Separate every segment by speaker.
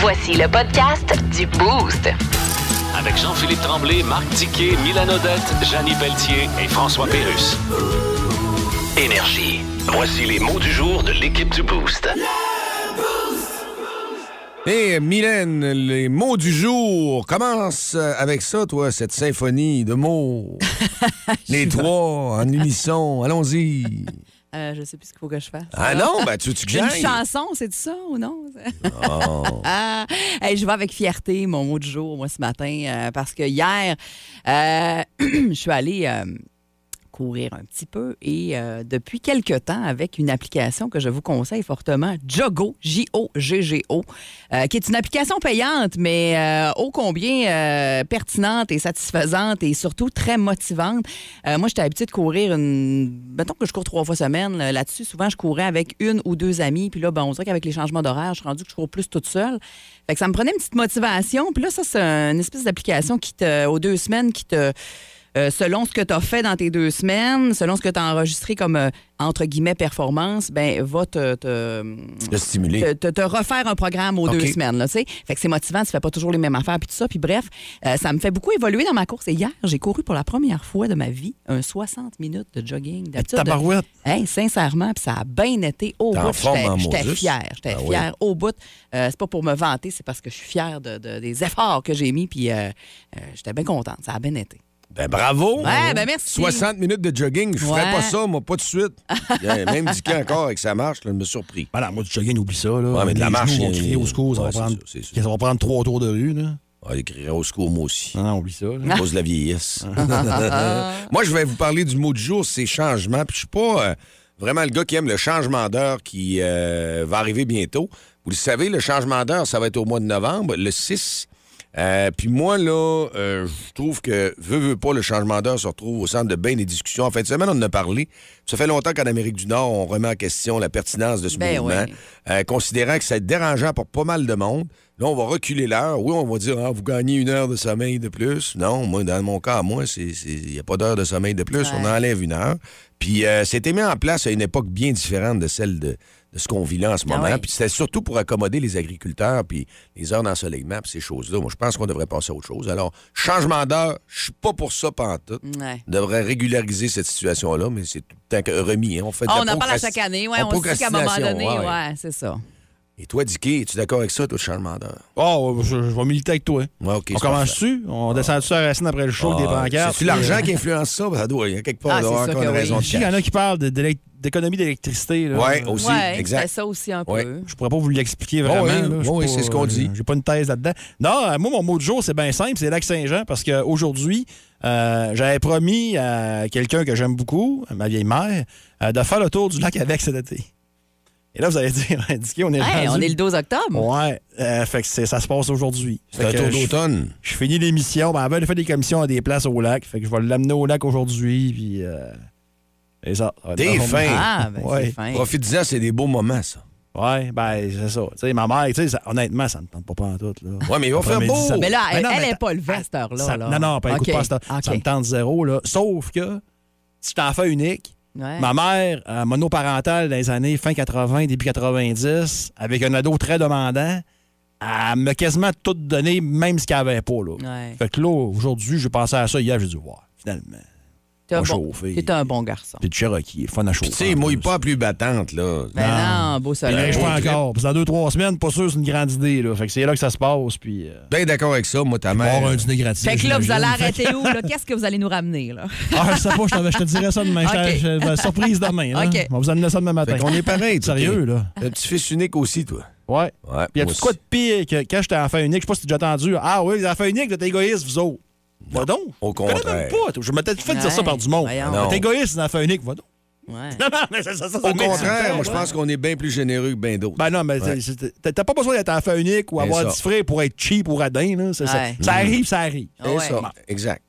Speaker 1: Voici le podcast du Boost.
Speaker 2: Avec Jean-Philippe Tremblay, Marc Tiquet, Milan Odette, Janine Pelletier et François Pérus. Énergie. Voici les mots du jour de l'équipe du Boost.
Speaker 3: Et Mylène, les mots du jour. Commence avec ça, toi, cette symphonie de mots. les trois en unisson. Allons-y.
Speaker 4: Euh, je sais plus ce qu'il faut que je fasse.
Speaker 3: Ah non, ben tu tu que
Speaker 4: Une
Speaker 3: j'aille?
Speaker 4: chanson, c'est ça ou non?
Speaker 3: Oh.
Speaker 4: Ah, hey, je vais avec fierté mon mot du jour, moi, ce matin, euh, parce que hier, euh, je suis allée euh, courir un petit peu et euh, depuis quelque temps, avec une application que je vous conseille fortement, Jogo, J-O-G-G-O, euh, qui est une application payante, mais euh, ô combien euh, pertinente et satisfaisante et surtout très motivante. Euh, moi, j'étais habituée de courir une. Mettons que je cours trois fois semaine. là, Là-dessus, souvent, je courais avec une ou deux amis. Puis là, ben, on dirait qu'avec les changements d'horaire, je suis rendue que je cours plus toute seule. Fait que ça me prenait une petite motivation. Puis là, ça, c'est une espèce d'application qui te. aux deux semaines qui te. euh, selon ce que tu as fait dans tes deux semaines, selon ce que tu as enregistré comme euh, entre guillemets performance, ben va te- te,
Speaker 3: Le stimuler.
Speaker 4: te, te- te refaire un programme aux
Speaker 3: OK.
Speaker 4: deux semaines, là, tu sais. Fait que c'est motivant, tu fais pas toujours les mêmes affaires, puis tout ça. Puis bref, euh, ça me fait beaucoup évoluer dans ma course. Et hier, j'ai couru pour la première fois de ma vie un 60 minutes de jogging. D'habitude, de-
Speaker 3: Tabarouette.
Speaker 4: Hey, sincèrement, puis ça a bien été au
Speaker 3: T'es en
Speaker 4: bout.
Speaker 3: forme,
Speaker 4: J'étais
Speaker 3: hein,
Speaker 4: j'étais
Speaker 3: Moses?
Speaker 4: fière, j'étais
Speaker 3: Ah oui.
Speaker 4: fière au bout. Euh, c'est pas pour me vanter, c'est parce que je suis fière de, de- des efforts que j'ai mis, puis euh, euh, j'étais bien contente. Ça a bien été.
Speaker 3: Ben bravo.
Speaker 4: Ouais, ben, merci.
Speaker 3: 60 minutes de jogging. Je ferais
Speaker 4: Ouais.
Speaker 3: pas ça, moi, pas de suite. Il y a même Dicky encore avec sa marche, là, il me surpris.
Speaker 5: Voilà, moi, du jogging, oublie ça. Là.
Speaker 3: Ouais, mais de la
Speaker 5: Les
Speaker 3: marche,
Speaker 5: genoux vont
Speaker 3: il y a-
Speaker 5: crier au secours, ça,
Speaker 3: Ouais,
Speaker 5: va
Speaker 3: c'est
Speaker 5: prendre...
Speaker 3: ça, c'est ça.
Speaker 5: ça va prendre trois tours de rue. Là.
Speaker 3: Ah, il crierait au secours, moi aussi.
Speaker 5: Non, non, Ah, oublie ça. là.
Speaker 3: À cause de la vieillesse. Moi, je vais vous parler du mot du jour, c'est changement. Puis je suis pas euh, vraiment le gars qui aime le changement d'heure qui euh, va arriver bientôt. Vous le savez, le changement d'heure, ça va être au mois de novembre, le 6. Euh, puis moi, là, euh, je trouve que, veux, veux pas, le changement d'heure se retrouve au centre de bien des discussions. En fin de semaine, on en a parlé. Ça fait longtemps qu'en Amérique du Nord, on remet en question la pertinence de ce
Speaker 4: Ben
Speaker 3: mouvement.
Speaker 4: oui.
Speaker 3: Euh, considérant que c'est dérangeant pour pas mal de monde. Là, on va reculer l'heure. Oui, on va dire, ah, vous gagnez une heure de sommeil de plus. Non, moi, dans mon cas, moi, c'est- c'est- il n'y a pas d'heure de sommeil de plus. On enlève une heure. Puis, euh, c'était mis en place à une époque bien différente de celle de, de ce qu'on vit là en ce
Speaker 4: Ah
Speaker 3: moment.
Speaker 4: ouais.
Speaker 3: Puis, c'était surtout pour accommoder les agriculteurs, puis les heures d'ensoleillement, puis ces choses-là. Moi, je pense qu'on devrait passer à autre chose. Alors, changement d'heure, je suis pas pour ça, pantoute.
Speaker 4: Ouais.
Speaker 3: On devrait régulariser cette situation-là, mais c'est tout le temps que- remis. hein. On fait de
Speaker 4: Ah,
Speaker 3: la
Speaker 4: on en parle à
Speaker 3: procrast-
Speaker 4: chaque année, ouais,
Speaker 3: en
Speaker 4: on sait qu'à un moment
Speaker 3: procrastination.
Speaker 4: donné,
Speaker 3: Ouais,
Speaker 4: ouais,
Speaker 3: ouais.
Speaker 4: c'est ça.
Speaker 3: Et toi, Dicky, es-tu d'accord avec ça, toi, le changement d'heure?
Speaker 5: Oh, je, je vais militer avec toi. hein.
Speaker 3: Ouais, OK.
Speaker 5: on commence-tu? On descend-tu à la racine après le show avec des pancartes?
Speaker 3: C'est l'argent qui influence ça, Ben, ça doit, il y a quelque part,
Speaker 4: Ah,
Speaker 3: il doit y avoir
Speaker 4: c'est sûr
Speaker 3: encore
Speaker 4: que
Speaker 3: une
Speaker 4: oui.
Speaker 3: raison de
Speaker 5: Puis, Il y en
Speaker 3: cash.
Speaker 5: a qui parlent de- de l'é- d'économie d'électricité. là. Euh,
Speaker 3: Ouais, aussi,
Speaker 4: ouais, c'était
Speaker 3: exact.
Speaker 4: ça aussi un peu.
Speaker 3: Ouais.
Speaker 5: Je pourrais pas vous l'expliquer vraiment.
Speaker 3: oui,
Speaker 5: Oh là. Je suis
Speaker 3: oui,
Speaker 5: pas-
Speaker 3: c'est ce qu'on dit.
Speaker 5: J'ai pas une thèse là-dedans. Non, euh, moi, mon mot de jour, c'est bien simple, c'est Lac-Saint-Jean, parce qu'aujourd'hui, j'avais promis à quelqu'un que j'aime beaucoup, à ma vieille mère, euh, de faire le tour du lac avec cet été. Et là, vous allez dire, indiqué, on est
Speaker 4: Hey,
Speaker 5: rendu.
Speaker 4: on est le 12 octobre.
Speaker 5: Ouais, euh, fait que c'est- ça se passe aujourd'hui.
Speaker 3: C'est un
Speaker 5: Fait
Speaker 3: tour
Speaker 5: que je-
Speaker 3: d'automne.
Speaker 5: Je finis l'émission. Ben, avant, elle fait des commissions à des places au lac. Fait que je vais l'amener au lac aujourd'hui. Puis. euh, et ça. ça va être
Speaker 3: T'es
Speaker 5: dans son-
Speaker 3: fin.
Speaker 4: Ah, ben
Speaker 5: Ouais.
Speaker 4: c'est fin.
Speaker 3: Profite-en, c'est des beaux moments, ça.
Speaker 5: Ouais, ben, c'est ça. Tu sais, ma mère, tu sais, ça- honnêtement, ça ne tente pas en tout. Là.
Speaker 3: Ouais, mais il va faire
Speaker 5: Après-midi,
Speaker 3: beau.
Speaker 5: ça-
Speaker 4: Mais là, elle- elle
Speaker 5: mais
Speaker 4: est pas levée à cette heure-là,
Speaker 5: ça-
Speaker 4: là.
Speaker 5: Non, non, ben, écoute
Speaker 4: Ok,
Speaker 5: pas, ça, ça
Speaker 4: ok.
Speaker 5: me tente zéro, là. Sauf que, si t'en fais unique,
Speaker 4: Ouais.
Speaker 5: ma mère, euh, monoparentale dans les années fin 80, début 90, avec un ado très demandant, elle m'a quasiment tout donné, même ce qu'elle avait pas, là.
Speaker 4: Ouais.
Speaker 5: Fait que là, aujourd'hui, j'ai pensé à ça hier, j'ai dit, ouais, finalement.
Speaker 4: T'es un
Speaker 5: Pas
Speaker 4: bon-
Speaker 5: chauffé.
Speaker 4: t'es un bon garçon.
Speaker 5: Puis le Cherokee, fun à chauffer.
Speaker 3: Puis, tu sais,
Speaker 5: en
Speaker 3: mouille
Speaker 5: plus.
Speaker 3: pas plus battante, là.
Speaker 4: Ben non, beau
Speaker 5: Il
Speaker 4: soleil.
Speaker 5: neige pas
Speaker 3: Ouais.
Speaker 5: encore. Puis dans deux, trois semaines, pas sûr, c'est une grande idée, là. Fait que c'est là que ça se passe, puis. euh,
Speaker 3: Ben d'accord avec ça, moi, ta mère.
Speaker 5: avoir un dîner gratuit.
Speaker 4: Fait que là, vous allez
Speaker 5: j'imagine.
Speaker 4: arrêter où? là? Qu'est-ce que vous allez nous ramener? là?
Speaker 5: Ah, je sais pas, je te, je te dirai ça demain. Je te-
Speaker 4: Ok.
Speaker 5: je- ben, surprise demain. là.
Speaker 4: Ok.
Speaker 5: On va vous amener ça demain matin.
Speaker 3: Fait qu'on est pareil,
Speaker 5: Sérieux, là.
Speaker 3: Un petit-fils unique aussi, toi.
Speaker 5: Ouais.
Speaker 3: Ouais,
Speaker 5: Puis y
Speaker 3: moi
Speaker 5: a-tu de quoi de
Speaker 3: aussi.
Speaker 5: pire que quand j'étais enfant unique? Je sais pas si t'as déjà entendu. Ah oui, les enfants uniques, t'es égoïste, vous autres. Va donc.
Speaker 3: au
Speaker 5: Je connais
Speaker 3: contraire.
Speaker 5: même pas. toi. Je m'étais fait dire ça
Speaker 4: Ouais,
Speaker 5: par du monde.
Speaker 4: voyons.
Speaker 3: Non.
Speaker 5: T'es égoïste, les enfants uniques, va donc.
Speaker 4: Ouais.
Speaker 5: Non, non, mais ça, ça, ça,
Speaker 3: Au contraire, moi, je pense qu'on est bien plus généreux que bien d'autres.
Speaker 5: Ben non, mais
Speaker 3: Ouais.
Speaker 5: c'est- c'est- t'as t'as pas besoin d'être enfant unique ou
Speaker 3: C'est
Speaker 5: avoir
Speaker 3: ça.
Speaker 5: 10 frères pour être cheap ou radin. Là. C'est
Speaker 4: Ouais.
Speaker 5: Ça, ça arrive, ça arrive.
Speaker 4: Ah
Speaker 3: C'est
Speaker 4: ouais.
Speaker 3: ça, exact.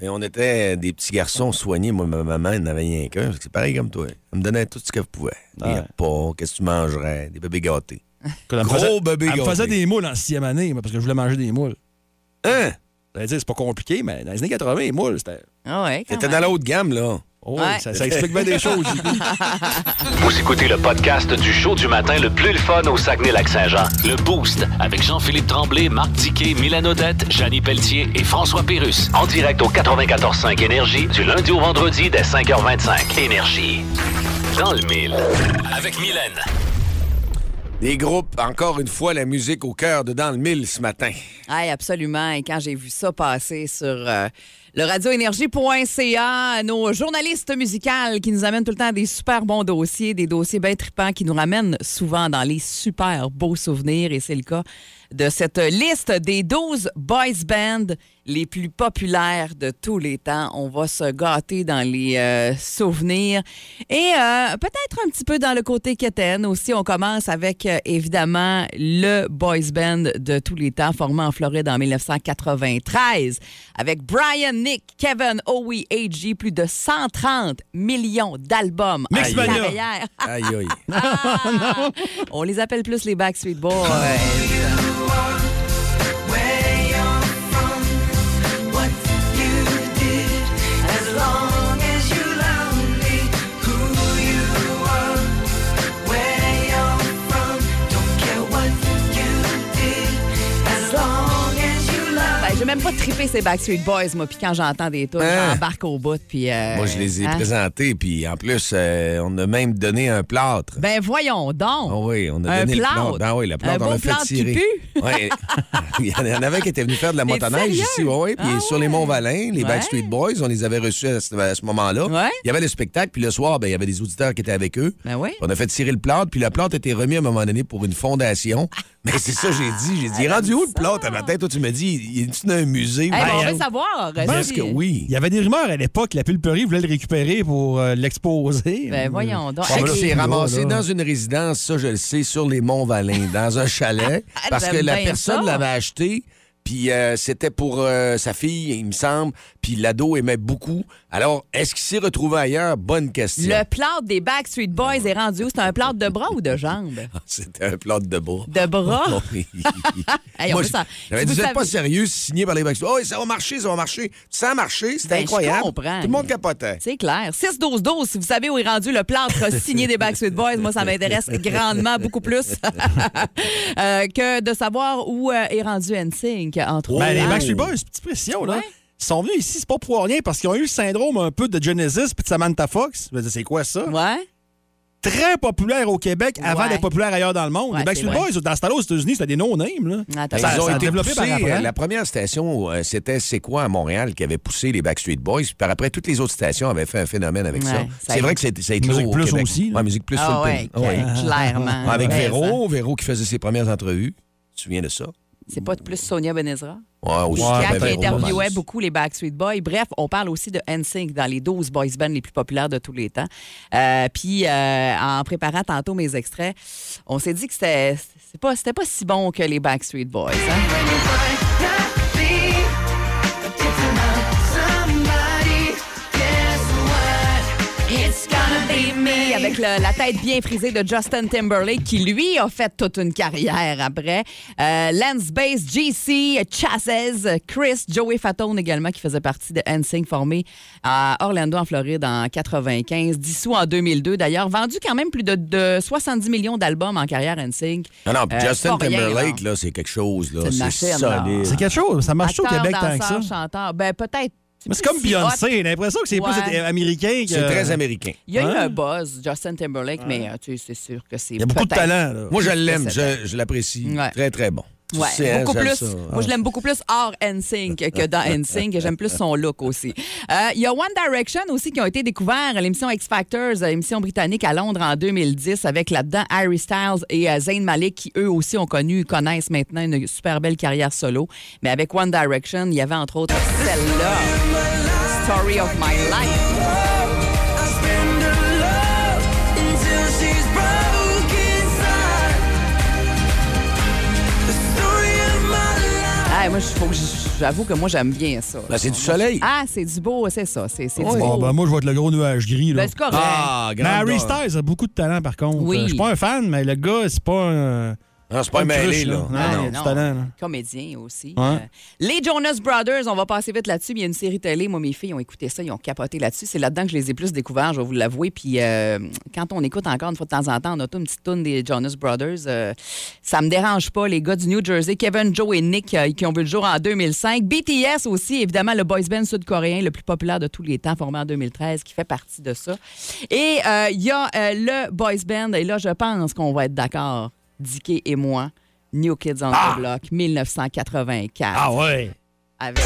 Speaker 3: Mais on était des petits garçons soignés. Moi, ma maman, elle n'avait rien qu'un. C'est pareil comme toi. Elle me donnait tout ce qu'elle pouvait.
Speaker 5: Ouais.
Speaker 3: Des repas, qu'est-ce que tu mangerais, des bébés gâtés.
Speaker 5: Elle me
Speaker 3: Gros
Speaker 5: faisait-
Speaker 3: bébé
Speaker 5: Elle me faisait
Speaker 3: gâté.
Speaker 5: des moules en sixième année moi, parce que je voulais manger des moules.
Speaker 3: Hein?
Speaker 5: Vous allez dire, c'est pas compliqué, mais dans les années 80, les moules, c'était.
Speaker 4: Ah ouais, quand
Speaker 3: T'étais
Speaker 4: même.
Speaker 3: dans l'autre gamme, là.
Speaker 5: Oh,
Speaker 4: Ouais. Ah,
Speaker 5: ça, ça explique bien des choses, JP.
Speaker 2: Vous écoutez le podcast du show du matin le plus le fun au Saguenay-Lac-Saint-Jean. Le Boost avec Jean-Philippe Tremblay, Marc Tiquet, Milan Odette, Janine Pelletier et François Pérus. En direct au 94.5 Énergie du lundi au vendredi dès 5h25. Énergie. Dans le mille. Avec Mylène.
Speaker 3: Des groupes, encore une fois, la musique au cœur de Dans le Mille ce matin.
Speaker 4: Oui, absolument. Et quand j'ai vu ça passer sur euh, le radioénergie.ca, nos journalistes musicales qui nous amènent tout le temps des super bons dossiers, des dossiers bien tripants qui nous ramènent souvent dans les super beaux souvenirs. Et c'est le cas de cette liste des 12 boys bands les plus populaires de tous les temps. On va se gâter dans les euh, souvenirs et euh, peut-être un petit peu dans le côté quétaine aussi. On commence avec euh, évidemment le boys band de tous les temps formé en Floride en 1993 avec Brian, Nick, Kevin, Howie, A.G. plus de 130 millions d'albums en
Speaker 5: Mixmania.
Speaker 4: carrière. Ah!
Speaker 3: Aïe, aïe.
Speaker 4: On les appelle plus les Backstreet Boys. Ben, J'ai même pas trippé ces Backstreet Boys, moi. Puis quand j'entends des tunes,
Speaker 3: Hein?
Speaker 4: j'embarque au bout. Puis, euh,
Speaker 3: Moi, je les ai
Speaker 4: hein?
Speaker 3: présentés, puis en plus, euh, on a même donné un plâtre.
Speaker 4: Ben voyons donc.
Speaker 3: Ah oui, on a
Speaker 4: Un
Speaker 3: donné le
Speaker 4: plâtre.
Speaker 3: plâtre. Ah oui, le plâtre,
Speaker 4: Un
Speaker 3: on
Speaker 4: beau
Speaker 3: a fait
Speaker 4: plâtre qui
Speaker 3: tirer.
Speaker 4: pue.
Speaker 3: Ouais. Il y en avait qui étaient venus faire de la
Speaker 4: Mais
Speaker 3: motoneige
Speaker 4: sérieux?
Speaker 3: ici, oui, puis
Speaker 4: Ah
Speaker 3: sur les
Speaker 4: ouais.
Speaker 3: Monts-Valin, les
Speaker 4: Ouais.
Speaker 3: Backstreet Boys, on les avait reçus à ce, à ce moment-là.
Speaker 4: Ouais.
Speaker 3: Il y avait le spectacle, puis le soir, ben, il y avait des auditeurs qui étaient avec eux.
Speaker 4: Ben oui.
Speaker 3: On a fait tirer le plâtre, puis le plâtre était remis à un moment donné pour une fondation. Mais c'est ça, j'ai dit. J'ai dit, rendu où le plâtre à matin? Toi, tu me dis, il est dans un musée?
Speaker 4: Eh, ben,
Speaker 5: Ben,
Speaker 4: on
Speaker 5: euh,
Speaker 4: veut savoir.
Speaker 3: je pense
Speaker 4: si-
Speaker 3: hein? que
Speaker 5: Il
Speaker 3: oui.
Speaker 5: y avait des rumeurs à l'époque, la pulperie voulait le récupérer pour euh, l'exposer.
Speaker 4: Ben, voyons donc.
Speaker 3: Fait que
Speaker 4: Ok.
Speaker 3: Ah, c'est ramassé
Speaker 5: Là, là.
Speaker 3: dans une résidence, ça je le sais, sur les monts valin dans un chalet,
Speaker 4: Ah,
Speaker 3: parce que
Speaker 4: j'aime
Speaker 3: la
Speaker 4: bien ça.
Speaker 3: personne l'avait acheté, puis euh, c'était pour euh, sa fille, il me semble, puis l'ado aimait beaucoup. Alors, est-ce qu'il s'est retrouvé ailleurs? Bonne question.
Speaker 4: Le plâtre des Backstreet Boys est rendu où? C'est un plâtre de bras ou de jambes?
Speaker 3: Ah, C'était un plâtre de bois.
Speaker 4: De bras?
Speaker 3: Oui.
Speaker 4: Hey, on
Speaker 3: Moi,
Speaker 4: peut s'en-
Speaker 3: J'avais
Speaker 4: tu peux
Speaker 3: dit, vous êtes
Speaker 4: t'av-
Speaker 3: pas sérieux, signé par les Backstreet. Oh, ça va marcher, ça va marcher. Ça a marché, c'était
Speaker 4: Ben, je
Speaker 3: incroyable.
Speaker 4: comprends.
Speaker 3: Tout le monde capotait.
Speaker 4: C'est clair. 6-12-12, si vous savez où est rendu le plâtre signé des Backstreet Boys, moi, ça m'intéresse grandement, beaucoup plus euh, que de savoir où euh, est rendu NSYNC, entre
Speaker 5: Ben,
Speaker 4: autres.
Speaker 5: les
Speaker 4: hein.
Speaker 5: Backstreet Boys, petite pression, là.
Speaker 4: Ouais.
Speaker 5: Ils sont venus ici, c'est pas pour rien, parce qu'ils ont eu le syndrome un peu de Genesis puis de Samantha Fox. Je veux dire, C'est quoi ça?
Speaker 4: Ouais.
Speaker 5: Très populaire au Québec avant
Speaker 4: Ouais.
Speaker 5: d'être populaire ailleurs dans le monde.
Speaker 4: Ouais,
Speaker 5: les Backstreet
Speaker 4: c'est vrai.
Speaker 5: Boys, dans ce temps-là, aux États-Unis, c'était des no-names. là.
Speaker 4: Ah, t'as
Speaker 3: Ben,
Speaker 4: Ça-
Speaker 3: ils ont
Speaker 4: ça a
Speaker 3: été
Speaker 5: développé par
Speaker 3: poussés,
Speaker 5: après.
Speaker 3: euh, La première station, euh, c'était C'est quoi à Montréal qui avait poussé les Backstreet Boys. Puis par après, toutes les autres stations avaient fait un phénomène avec
Speaker 4: Ouais,
Speaker 3: ça.
Speaker 4: ça
Speaker 3: C'est
Speaker 4: a-
Speaker 3: vrai que c'est- ça a été
Speaker 5: Musique
Speaker 3: lourd au
Speaker 5: Plus
Speaker 3: Québec.
Speaker 5: aussi, là.
Speaker 3: Ouais, musique plus
Speaker 4: Ah
Speaker 3: sur le
Speaker 4: ouais,
Speaker 3: pin. Ouais.
Speaker 4: cla- clairement.
Speaker 3: Avec
Speaker 4: Ouais, ça.
Speaker 3: Véro, Véro qui faisait ses premières entrevues. Tu te souviens de ça?
Speaker 4: C'est pas plus Sonia Benezra?
Speaker 3: Ouais, aussi.
Speaker 5: Ouais,
Speaker 3: ben,
Speaker 4: Kat qui
Speaker 3: Véro,
Speaker 5: ben,
Speaker 3: pas mal.
Speaker 4: interviewait beaucoup les Backstreet Boys. Bref, on parle aussi de NSYNC dans les 12 boys bands les plus populaires de tous les temps. Euh, Puis, euh, en préparant tantôt mes extraits, on s'est dit que c'était c'est pas, c'était pas si bon que les Backstreet Boys. hein. Et Avec le- la tête bien frisée de Justin Timberlake, qui lui a fait toute une carrière après. Euh, Lance Bass, GC, Chazes, Chris, Joey Fatone également, qui faisait partie de NSYNC, formé à Orlando, en Floride, en 95, dissous en 2002 d'ailleurs, vendu quand même plus de, de 70 millions d'albums en carrière NSYNC.
Speaker 3: Non, non, puis
Speaker 4: Euh,
Speaker 3: Justin
Speaker 4: pas rien,
Speaker 3: Timberlake,
Speaker 4: là.
Speaker 3: là, c'est quelque chose, là.
Speaker 4: C'est une
Speaker 3: C'est
Speaker 4: machine, là.
Speaker 3: solide.
Speaker 5: C'est quelque chose, ça marche au
Speaker 4: Acteur,
Speaker 5: Québec tant que ça.
Speaker 4: danseur, chanteur. Ben, peut-être.
Speaker 5: Mais c'est comme
Speaker 4: si hot.
Speaker 5: Beyoncé, j'ai l'impression que Ah, c'est plus
Speaker 4: Ouais.
Speaker 5: américain. que-
Speaker 3: C'est très américain.
Speaker 4: Il y a eu
Speaker 5: Hein?
Speaker 4: un buzz, Justin Timberlake, mais euh, tu sais, c'est sûr que c'est.
Speaker 5: Il y a beaucoup de
Speaker 4: peut-être-
Speaker 5: talent. là.
Speaker 3: Moi, je l'aime.
Speaker 4: c'est
Speaker 3: Je, je l'apprécie.
Speaker 4: Ouais.
Speaker 3: Très, très bon. Tu
Speaker 4: Ouais,
Speaker 3: sais, hein,
Speaker 4: beaucoup
Speaker 3: j'aime
Speaker 4: plus.
Speaker 3: ça.
Speaker 4: Moi, je l'aime beaucoup plus hors NSYNC que dans NSYNC. J'aime plus son look aussi. Euh, Il y a One Direction aussi qui ont été découverts à l'émission X Factors, euh, émission britannique à Londres en 2010, avec là-dedans Harry Styles et euh, Zayn Malik qui eux aussi ont connu, connaissent maintenant une super belle carrière solo. Mais avec One Direction, il y avait entre autres celle-là, Story of My Life. Ah, moi, je- faut que je- j'avoue que moi, j'aime bien ça.
Speaker 3: Ben, c'est du soleil. Oh, bah,
Speaker 4: Ah, c'est du beau, c'est ça. C'est c'est du
Speaker 5: Bon,
Speaker 4: beau.
Speaker 5: ben, moi, je vois être le gros nuage gris. Là.
Speaker 4: Ben, c'est correct.
Speaker 3: Ah,
Speaker 5: Mais
Speaker 3: grand.
Speaker 5: Harry Styles a beaucoup de talent, par contre.
Speaker 4: Oui.
Speaker 5: Euh, Je suis pas un fan, mais le gars, c'est pas un...
Speaker 3: Non, Ah, c'est pas
Speaker 5: une
Speaker 3: mêlé,
Speaker 5: cruche,
Speaker 3: là.
Speaker 5: Non, non,
Speaker 4: Ouais,
Speaker 5: du
Speaker 4: non.
Speaker 5: talent, là.
Speaker 4: Comédien aussi.
Speaker 5: Ouais.
Speaker 4: Euh, les Jonas Brothers, on va passer vite là-dessus. mais Il y a une série télé. Moi, mes filles ont écouté ça, ils ont capoté là-dessus. C'est là-dedans que je les ai plus découverts, je vais vous l'avouer. Puis euh, quand on écoute encore une fois de temps en temps, on a une petite toune des Jonas Brothers. euh, ça me dérange pas. Les gars du New Jersey, Kevin, Joe et Nick, euh, qui ont vu le jour en 2005. BTS aussi, évidemment, le boys band sud-coréen le plus populaire de tous les temps, formé en 2013, qui fait partie de ça. Et euh, il y a euh, le boys band, et là, je pense qu'on va être d'accord, Dicky et moi, New Kids on the Block, 1984.
Speaker 5: Ah ouais.
Speaker 4: Avec-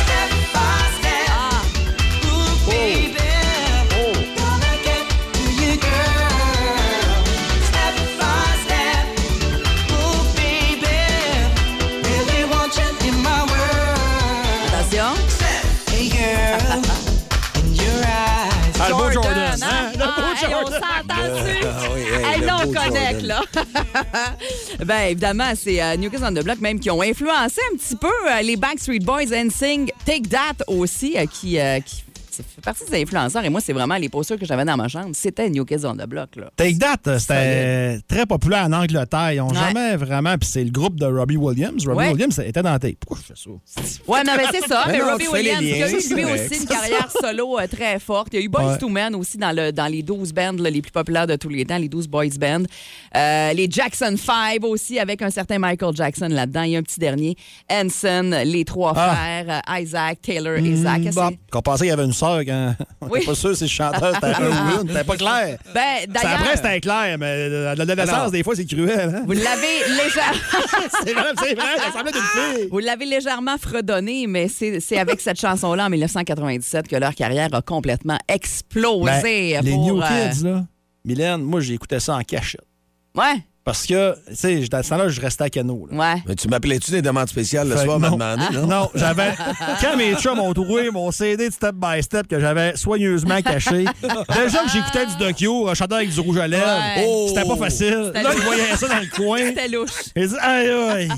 Speaker 4: Attention.
Speaker 5: Ah, le beau
Speaker 4: Jordan,
Speaker 5: Jordan.
Speaker 4: hein?
Speaker 5: hein? Le beau
Speaker 4: Ah, hey, on
Speaker 5: Jordan.
Speaker 4: s'entend dessus.
Speaker 3: Ah oui, hey,
Speaker 4: Hey,
Speaker 3: le
Speaker 4: là, on
Speaker 3: beau
Speaker 4: connecte,
Speaker 3: Jordan.
Speaker 4: là. ben, évidemment, c'est euh, New Kids on the Block même qui ont influencé un petit peu euh, les Backstreet Boys, NSYNC, Take That aussi, euh, qui, euh, qui ça fait partie des influenceurs. Et moi, c'est vraiment les postures que j'avais dans ma chambre. C'était New Kids on the Block, là.
Speaker 5: Take That, euh, c'était très populaire en Angleterre. Ils n'ont
Speaker 4: Ouais.
Speaker 5: jamais vraiment. Puis c'est le groupe de Robbie Williams. Robbie
Speaker 4: Ouais.
Speaker 5: Williams était dans Take. Pourquoi je fais ça?
Speaker 4: Ouais, non, mais c'est ça.
Speaker 3: Mais
Speaker 4: mais
Speaker 3: non,
Speaker 4: Robbie
Speaker 3: tu fais les
Speaker 4: Williams, qui
Speaker 3: liens,
Speaker 4: a eu
Speaker 3: c'est
Speaker 4: lui
Speaker 3: correct,
Speaker 4: aussi une
Speaker 3: c'est
Speaker 4: carrière solo euh, très forte. Il y a eu Boys
Speaker 5: Ouais.
Speaker 4: to Men aussi dans, le, dans les 12 bands là, les plus populaires de tous les temps, les 12 boys bands. Euh, les Jackson 5 aussi, avec un certain Michael Jackson là-dedans. Il y a un petit dernier, Hanson, les trois
Speaker 5: Ah.
Speaker 4: frères, euh, Isaac, Taylor,
Speaker 3: Mm,
Speaker 4: Isaac. Est-ce que-
Speaker 5: Bop. Quand on Mmh, pensait qu'il y avait une sœur, quand on
Speaker 4: Oui.
Speaker 5: n'était pas sûr si le chanteur c'était un ou une, c'était pas clair.
Speaker 4: Ben,
Speaker 5: C'est Après,
Speaker 4: d'ailleurs,
Speaker 5: c'était clair, mais à
Speaker 3: Alors.
Speaker 5: l'adolescence, des fois, c'est cruel. hein?
Speaker 4: vous l'avez légèrement...
Speaker 5: c'est vrai, c'est vrai, ça semblait d'une fille.
Speaker 4: Vous l'avez légèrement fredonné, mais c'est c'est avec cette chanson-là, en 1997, que leur carrière a complètement explosé.
Speaker 5: Ben, les
Speaker 4: pour,
Speaker 5: New
Speaker 4: euh,
Speaker 5: Kids, là. Mylène, moi, j'écoutais ça en cachette.
Speaker 4: Ouais,
Speaker 5: Parce que, tu sais, dans ce temps-là, je restais à Cano. là.
Speaker 4: ouais.
Speaker 3: Mais tu m'appelais-tu des demandes spéciales le
Speaker 5: Fait
Speaker 3: soir,
Speaker 5: que
Speaker 3: m'a
Speaker 5: non.
Speaker 3: demandé, non?
Speaker 5: Non, j'avais. Quand mes chums ont trouvé mon CD de step by step que j'avais soigneusement caché, déjà que j'écoutais du Dokyo, un chanteur avec du rouge à lèvres,
Speaker 4: Ouais.
Speaker 5: oh, c'était pas facile. Là, ils voyaient ça dans le coin.
Speaker 4: C'était louche.
Speaker 5: Ils disaient, aïe, aïe.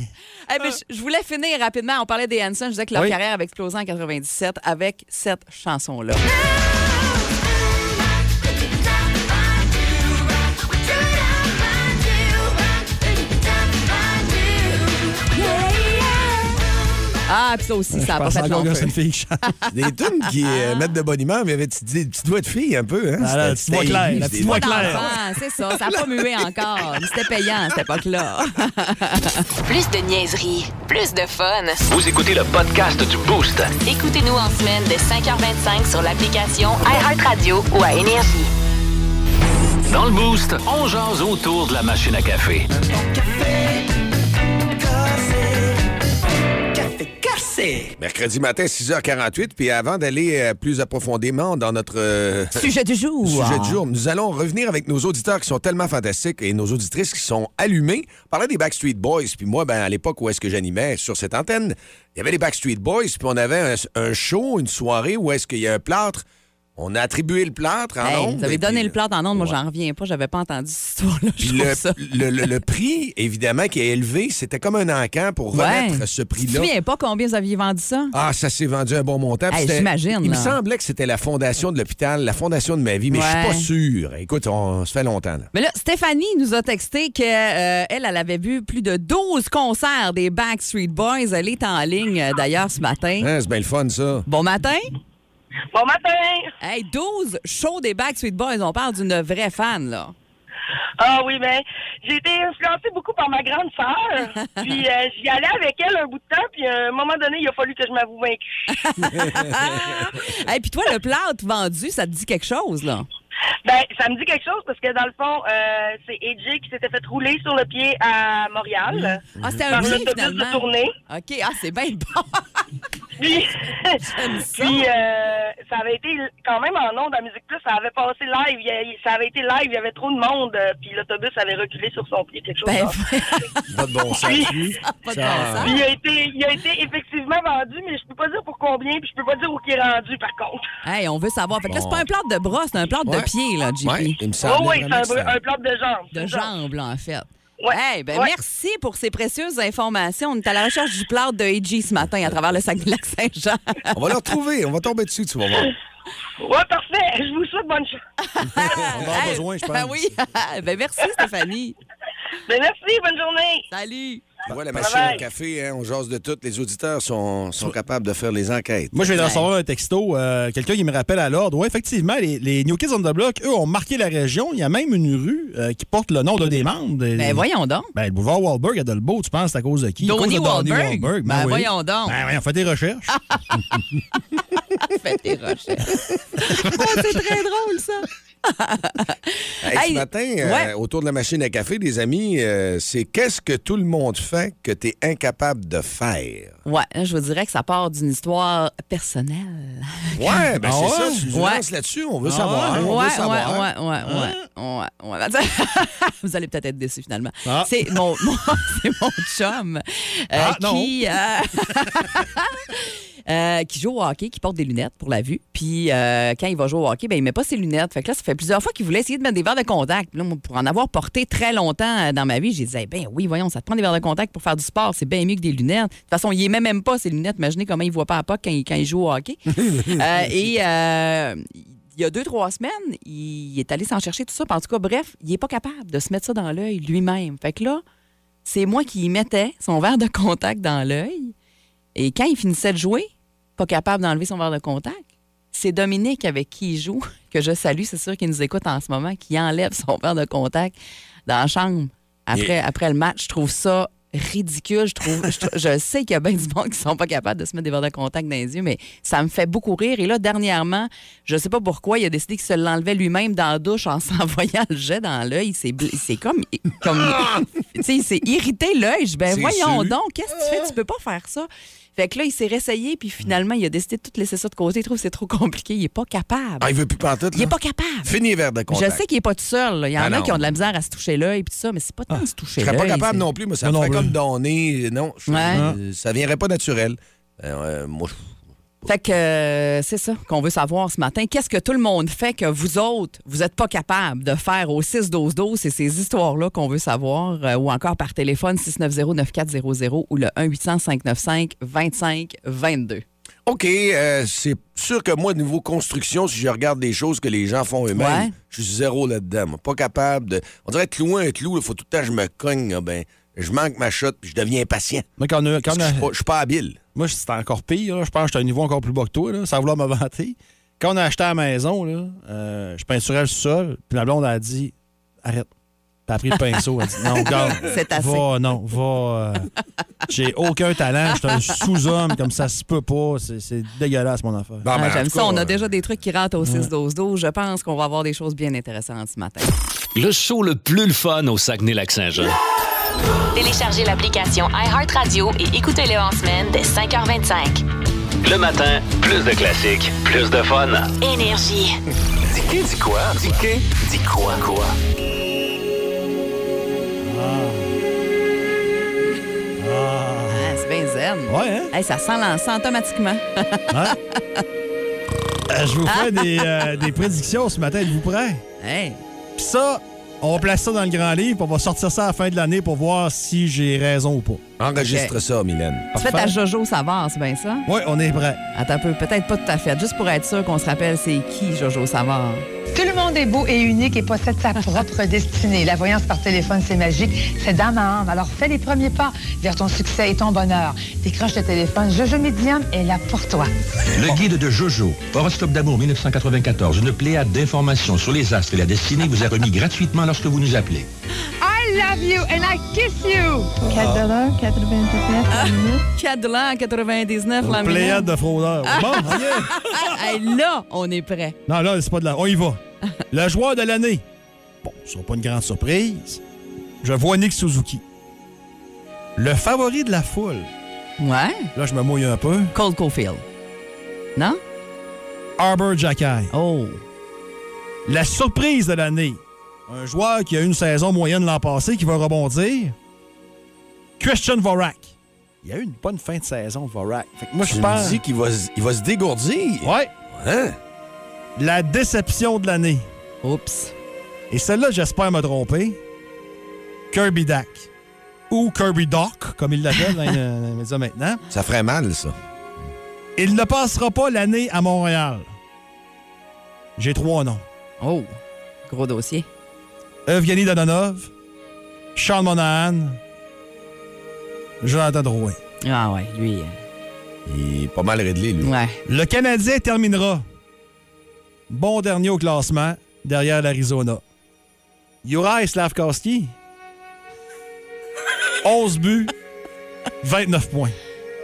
Speaker 4: Eh ben, je- je voulais finir rapidement. On parlait des Hanson. Je disais que leur
Speaker 5: Oui.
Speaker 4: carrière avait explosé en 97 avec cette chanson-là. Ah, puis ça aussi, ça
Speaker 5: Je
Speaker 4: a pas
Speaker 5: pense
Speaker 4: fait
Speaker 5: encore
Speaker 4: long Ah. feu.
Speaker 5: que c'est une fille qui chante.
Speaker 3: Des tunes qui euh, mettent de bonne humeur, mais avec des petites- des petites voix de fille un peu. Hein?
Speaker 5: Ah, là, la petite
Speaker 3: C'était-
Speaker 5: voix
Speaker 3: c'était
Speaker 5: claire,
Speaker 3: aiguë,
Speaker 5: la
Speaker 3: c'était-
Speaker 5: petite voix claire.
Speaker 4: Ah, c'est ça, ça n'a pas mué encore. Mais Ah, C'était payant à cette époque-là.
Speaker 1: Plus de niaiserie, plus de fun.
Speaker 2: Vous écoutez le podcast du Boost.
Speaker 1: Écoutez-nous en semaine de 5h25 sur l'application iHeartRadio ou à Énergie.
Speaker 2: Dans le Boost, on jase autour de la machine à café.
Speaker 3: Mercredi matin, 6h48, puis avant d'aller euh, plus approfondément dans notre euh,
Speaker 4: Sujet du jour.
Speaker 3: sujet du jour, nous allons revenir avec nos auditeurs qui sont tellement fantastiques et nos auditrices qui sont allumées. On parlait des Backstreet Boys, puis moi, ben, à l'époque où est-ce que j'animais sur cette antenne, il y avait les Backstreet Boys, puis on avait un, un show, une soirée où est-ce qu'il y a un plâtre. On a attribué le plâtre en
Speaker 4: Hey,
Speaker 3: ondes,
Speaker 4: vous avez
Speaker 3: et
Speaker 4: donné
Speaker 3: puis-
Speaker 4: le plâtre en ondes. Moi,
Speaker 3: Ouais.
Speaker 4: j'en reviens pas. J'avais pas entendu cette histoire-là. Je
Speaker 3: Puis
Speaker 4: trouve
Speaker 3: le,
Speaker 4: ça.
Speaker 3: le- le- le prix, évidemment, qui est élevé, c'était comme un encan pour
Speaker 4: Ouais.
Speaker 3: remettre ce
Speaker 4: Tu te
Speaker 3: prix-là.
Speaker 4: souviens pas combien vous aviez vendu ça?
Speaker 3: Ah, ça s'est vendu un bon montant. puis
Speaker 4: Hey,
Speaker 3: c'était-
Speaker 4: j'imagine,
Speaker 3: Il me
Speaker 4: là.
Speaker 3: semblait que c'était la fondation de l'hôpital, la fondation de ma vie, mais je
Speaker 4: Ouais.
Speaker 3: suis pas sûr. Écoute, on se fait longtemps. là.
Speaker 4: Mais là, Stéphanie nous a texté que euh, elle, elle avait vu plus de 12 concerts des Backstreet Boys. Elle est en ligne euh, d'ailleurs ce matin.
Speaker 3: Hein, c'est bien le fun, ça.
Speaker 4: Bon matin.
Speaker 6: Bon matin!
Speaker 4: Hey, 12 shows des Backstreet Boys. On parle d'une vraie fan, là.
Speaker 6: Ah oui, ben, j'ai été influencée beaucoup par ma grande sœur. puis euh, j'y allais avec elle un bout de temps, puis euh, à un moment donné, il a fallu que je m'avoue vaincue.
Speaker 4: Hey, puis toi, le plâtre vendu, ça te dit quelque chose, là?
Speaker 6: Ben, ça me dit quelque chose parce que dans le fond, euh, c'est AJ qui s'était fait rouler sur le pied à Montréal.
Speaker 4: Ah, c'était un
Speaker 6: Par
Speaker 4: prix,
Speaker 6: l'autobus de
Speaker 4: finalement.
Speaker 6: tournée.
Speaker 4: OK, ah, c'est bien bon.
Speaker 6: Puis,
Speaker 4: J'aime ça.
Speaker 6: puis, euh, ça avait été quand même en ondes à Musique Plus, ça avait passé live, il y a- ça avait été live, il y avait trop de monde, euh, puis l'autobus avait reculé sur son pied, quelque chose
Speaker 4: Ben,
Speaker 6: comme ça.
Speaker 3: Pas de bon sens.
Speaker 6: Puis-
Speaker 4: pas de bon sens.
Speaker 6: Puis il a été, il a été effectivement vendu, mais je peux pas dire pour combien, puis je peux pas dire où il est rendu par contre.
Speaker 4: Hey, on veut savoir. Fait que là, c'est
Speaker 3: Bon.
Speaker 4: pas un plâtre de bras, c'est un plâtre de
Speaker 3: Ouais.
Speaker 4: pied, là, JP.
Speaker 3: Ouais, il
Speaker 6: Oh
Speaker 3: me semblait
Speaker 6: oui,
Speaker 3: vraiment que
Speaker 6: c'est un,
Speaker 3: ça-
Speaker 6: un plat de jambes.
Speaker 4: De
Speaker 6: c'est ça.
Speaker 4: jambes, là, en fait.
Speaker 6: Ouais.
Speaker 4: Hey, ben
Speaker 6: Ouais.
Speaker 4: merci pour ces précieuses informations. On est à la recherche du plâtre de AG ce matin à travers le sac de lac Saint-Jean.
Speaker 3: On va le retrouver, on va tomber dessus, tu vas voir.
Speaker 6: Ouais, parfait. Je vous souhaite bonne chance.
Speaker 5: On en a
Speaker 4: Hey,
Speaker 5: besoin, je pense.
Speaker 4: Ah oui. ben merci, Ben Stéphanie.
Speaker 6: Ben, merci, bonne journée.
Speaker 4: Salut!
Speaker 3: Tu vois, la machine
Speaker 6: Bye-bye.
Speaker 3: à café, hein, on jase de tout. Les auditeurs sont, sont capables de faire les enquêtes.
Speaker 5: Moi, je viens de
Speaker 4: Ouais.
Speaker 5: recevoir un texto, euh, quelqu'un qui me rappelle à l'ordre. Oui, effectivement, les, les New Kids on the Block, eux, ont marqué la région. Il y a même une rue euh, qui porte le nom d'un des membres. de-
Speaker 4: Ben voyons donc.
Speaker 5: Ben, le boulevard Wahlberg à Dolbeau, tu penses, c'est à cause de qui? À cause
Speaker 4: Donnie
Speaker 5: de Donnie
Speaker 4: Wahlberg?
Speaker 5: Wahlberg.
Speaker 4: Ben, voyons donc.
Speaker 5: Ben, voyons, fais tes recherches.
Speaker 4: Fais tes recherches. oh, c'est très drôle, ça.
Speaker 3: Hey,
Speaker 4: Hey,
Speaker 3: ce matin, euh,
Speaker 4: ouais.
Speaker 3: autour de la machine à café, des amis, euh, c'est qu'est-ce que tout le monde fait que tu es incapable de faire?
Speaker 4: Ouais, là, je vous dirais que ça part d'une histoire personnelle.
Speaker 3: Ouais, ben
Speaker 5: Ah
Speaker 3: c'est
Speaker 5: ouais?
Speaker 3: ça, tu nous
Speaker 4: Ouais.
Speaker 3: lances là-dessus, on veut
Speaker 5: Ah
Speaker 3: savoir.
Speaker 5: ouais?
Speaker 3: on veut
Speaker 4: ouais,
Speaker 3: savoir. Hein?
Speaker 4: ouais, ouais, ouais, ouais, ouais. Vous allez peut-être être déçus finalement.
Speaker 5: Ah.
Speaker 4: C'est mon, mon- c'est mon chum euh,
Speaker 5: Ah, non.
Speaker 4: qui, euh, euh, qui joue au hockey, qui porte des lunettes pour la vue. Puis euh, quand il va jouer au hockey, ben, il met pas ses lunettes. Fait que là, ça fait plusieurs fois qu'il voulait essayer de mettre des verres de contact. Puis là, moi, pour en avoir porté très longtemps euh, dans ma vie, j'ai dit, Eh ben oui, voyons, ça te prend des verres de contact pour faire du sport. C'est bien mieux que des lunettes. De toute façon, il aimait même pas ses lunettes. Imaginez comment il voit pas à pas quand il, quand il joue au hockey. Euh, et euh, il y a deux, trois semaines, il est allé s'en chercher tout ça. Puis En tout cas, bref, il n'est pas capable de se mettre ça dans l'œil lui-même. Fait que là, c'est moi qui y mettais son verre de contact dans l'œil. Et quand il finissait de jouer, pas capable d'enlever son verre de contact, c'est Dominique avec qui il joue, que je salue, c'est sûr qu'il nous écoute en ce moment, qui enlève son verre de contact dans la chambre après, après le match. Je trouve ça ridicule. Je, trouve, je, trou- je sais qu'il y a bien du monde qui sont pas capables de se mettre des verres de contact dans les yeux, mais ça me fait beaucoup rire. Et là, dernièrement, je sais pas pourquoi, il a décidé qu'il se l'enlevait lui-même dans la douche en s'envoyant le jet dans l'œil. Il s'est bl- il s'est comme... comme tu sais, il s'est irrité l'œil. Je dis, Ben
Speaker 3: C'est
Speaker 4: voyons
Speaker 3: sûr.
Speaker 4: donc, qu'est-ce que tu fais? Tu peux pas faire ça. Fait que là, il s'est réessayé, puis finalement, il a décidé de tout laisser ça de côté. Il trouve que c'est trop compliqué. Il est pas capable.
Speaker 3: Ah, il veut plus pantoute,
Speaker 4: ben, Il est
Speaker 3: là?
Speaker 4: pas capable.
Speaker 3: Fini vers de
Speaker 4: Je
Speaker 3: contact.
Speaker 4: sais qu'il est pas tout seul. là. Il y en
Speaker 3: Ah
Speaker 4: a
Speaker 3: non. Ah.
Speaker 4: qui ont de la misère à se toucher l'œil puis tout ça, mais c'est pas tant de se toucher
Speaker 3: Je
Speaker 4: l'œil.
Speaker 3: serais pas capable
Speaker 4: c'est-
Speaker 3: non plus, mais ça
Speaker 5: Moi
Speaker 3: me ferait
Speaker 5: non Ah. plus.
Speaker 3: comme donner. Non, je-
Speaker 4: Ouais.
Speaker 3: euh, ça viendrait pas naturel. Euh, euh, moi, je-
Speaker 4: Fait que euh, c'est ça qu'on veut savoir ce matin. Qu'est-ce que tout le monde fait que vous autres, vous n'êtes pas capable de faire au 6-12-12? C'est ces histoires-là qu'on veut savoir. euh, ou encore par téléphone 690-9400 ou le 1-800-595-2522.
Speaker 3: OK, euh, c'est sûr que moi, niveau construction, si je regarde des choses que les gens font eux-mêmes,
Speaker 4: Ouais.
Speaker 3: je suis zéro là-dedans. moi. Pas capable de. On dirait clouer un clou, il faut tout le temps que je me cogne. là, ben, je manque ma shot puis je deviens impatient.
Speaker 5: Moi, quand on a-
Speaker 3: Parce
Speaker 5: quand on
Speaker 3: que
Speaker 5: a-
Speaker 3: Je suis pas- je suis pas habile.
Speaker 5: moi, c'était encore pire. là. Je pense que j'étais à un niveau encore plus bas que toi, là, sans vouloir me vanter. Quand on a acheté la maison, là, euh, je peinturais le sol. Puis la blonde, elle a dit arrête. Puis elle a pris le pinceau. Elle a dit non, regarde.
Speaker 4: C'est assez.
Speaker 5: Va, non, va. euh, J'ai aucun talent. Je suis un sous-homme comme ça se peut pas. C'est- C'est dégueulasse, mon affaire.
Speaker 3: Bon, ben,
Speaker 4: Ah,
Speaker 3: en
Speaker 4: J'aime
Speaker 3: tout
Speaker 4: ça.
Speaker 3: cas,
Speaker 4: on
Speaker 3: euh,
Speaker 4: a déjà des trucs qui rentrent au 6-12-12. Je pense qu'on va avoir des choses bien intéressantes ce matin.
Speaker 5: Ah.
Speaker 2: Le show le plus le fun au Saguenay-Lac-Saint-Jean.
Speaker 1: Téléchargez l'application iHeartRadio et écoutez-le en semaine dès 5h25.
Speaker 2: Le matin, plus de classiques, plus de fun.
Speaker 1: Énergie.
Speaker 2: Dis dis quoi? Dis dis quoi? Quoi?
Speaker 4: Ah, c'est bien zen.
Speaker 5: Ouais, hein?
Speaker 4: Hey, ça sent l'encens automatiquement.
Speaker 5: Euh, je vous fais des, euh, des prédictions ce matin. Êtes-vous prêts?
Speaker 4: Hey.
Speaker 5: Puis ça, on place ça dans le grand livre. puis On va sortir ça à la fin de l'année pour voir si j'ai raison ou pas.
Speaker 3: Enregistre ça, Mylène.
Speaker 4: Tu fais ta Jojo Savard, c'est bien ça?
Speaker 5: Oui, on est prêt.
Speaker 4: Attends un peu, peut-être pas tout à fait. Juste pour être sûr qu'on se rappelle c'est qui Jojo Savard.
Speaker 7: Tout le monde est beau et unique et possède sa propre destinée. La voyance par téléphone, c'est magique. C'est d'âme à âme. Alors fais les premiers pas vers ton succès et ton bonheur. Décroche le téléphone. Jojo Medium est là pour toi.
Speaker 8: Le guide de Jojo, horoscope d'amour 1994, une pléiade d'informations sur les astres et la destinée vous est remis gratuitement lorsque vous nous appelez.
Speaker 7: I love you and I kiss you.
Speaker 5: Ah.
Speaker 4: Cadillac 99, Ah, la
Speaker 5: Pléiade
Speaker 4: minute.
Speaker 5: de fraudeurs.
Speaker 4: Ah.
Speaker 5: Bon, ok.
Speaker 4: Hey, ah, là, on est prêt.
Speaker 5: Non, là, c'est pas de là. On y va. Le joueur de l'année. Bon, ce sera pas une grande surprise. Je vois Nick Suzuki. Le favori de la foule.
Speaker 4: Ouais.
Speaker 5: Là, je me mouille un peu.
Speaker 4: Cold Cofield. Non?
Speaker 5: Arbor Jacky.
Speaker 4: Oh.
Speaker 5: La surprise de l'année. Un joueur qui a eu une saison moyenne l'an passé qui va rebondir. Christian Vorak. Il a eu une bonne fin de saison, Vorak. Fait que moi,
Speaker 3: Tu
Speaker 5: je
Speaker 3: me
Speaker 5: pense.
Speaker 3: dis qu'il va, se- il va se dégourdir.
Speaker 5: Ouais.
Speaker 3: Hein?
Speaker 5: La déception de l'année.
Speaker 4: Oups.
Speaker 5: Et celle-là, j'espère me tromper. Kirby Dak. Ou Kirby Doc, comme il l'appelle dans les- dans les médias maintenant.
Speaker 3: Ça ferait mal, ça.
Speaker 5: Il ne passera pas l'année à Montréal. J'ai trois noms.
Speaker 4: Oh. Gros dossier.
Speaker 5: Evgeny Danonov, Sean Monahan, Jonathan Drouin.
Speaker 4: Ah ouais, lui. euh,
Speaker 3: Il est pas mal réglé, lui.
Speaker 4: Ouais.
Speaker 5: Le Canadien terminera bon dernier au classement derrière l'Arizona. Juraj Slavkowski, 11 buts, 29 points.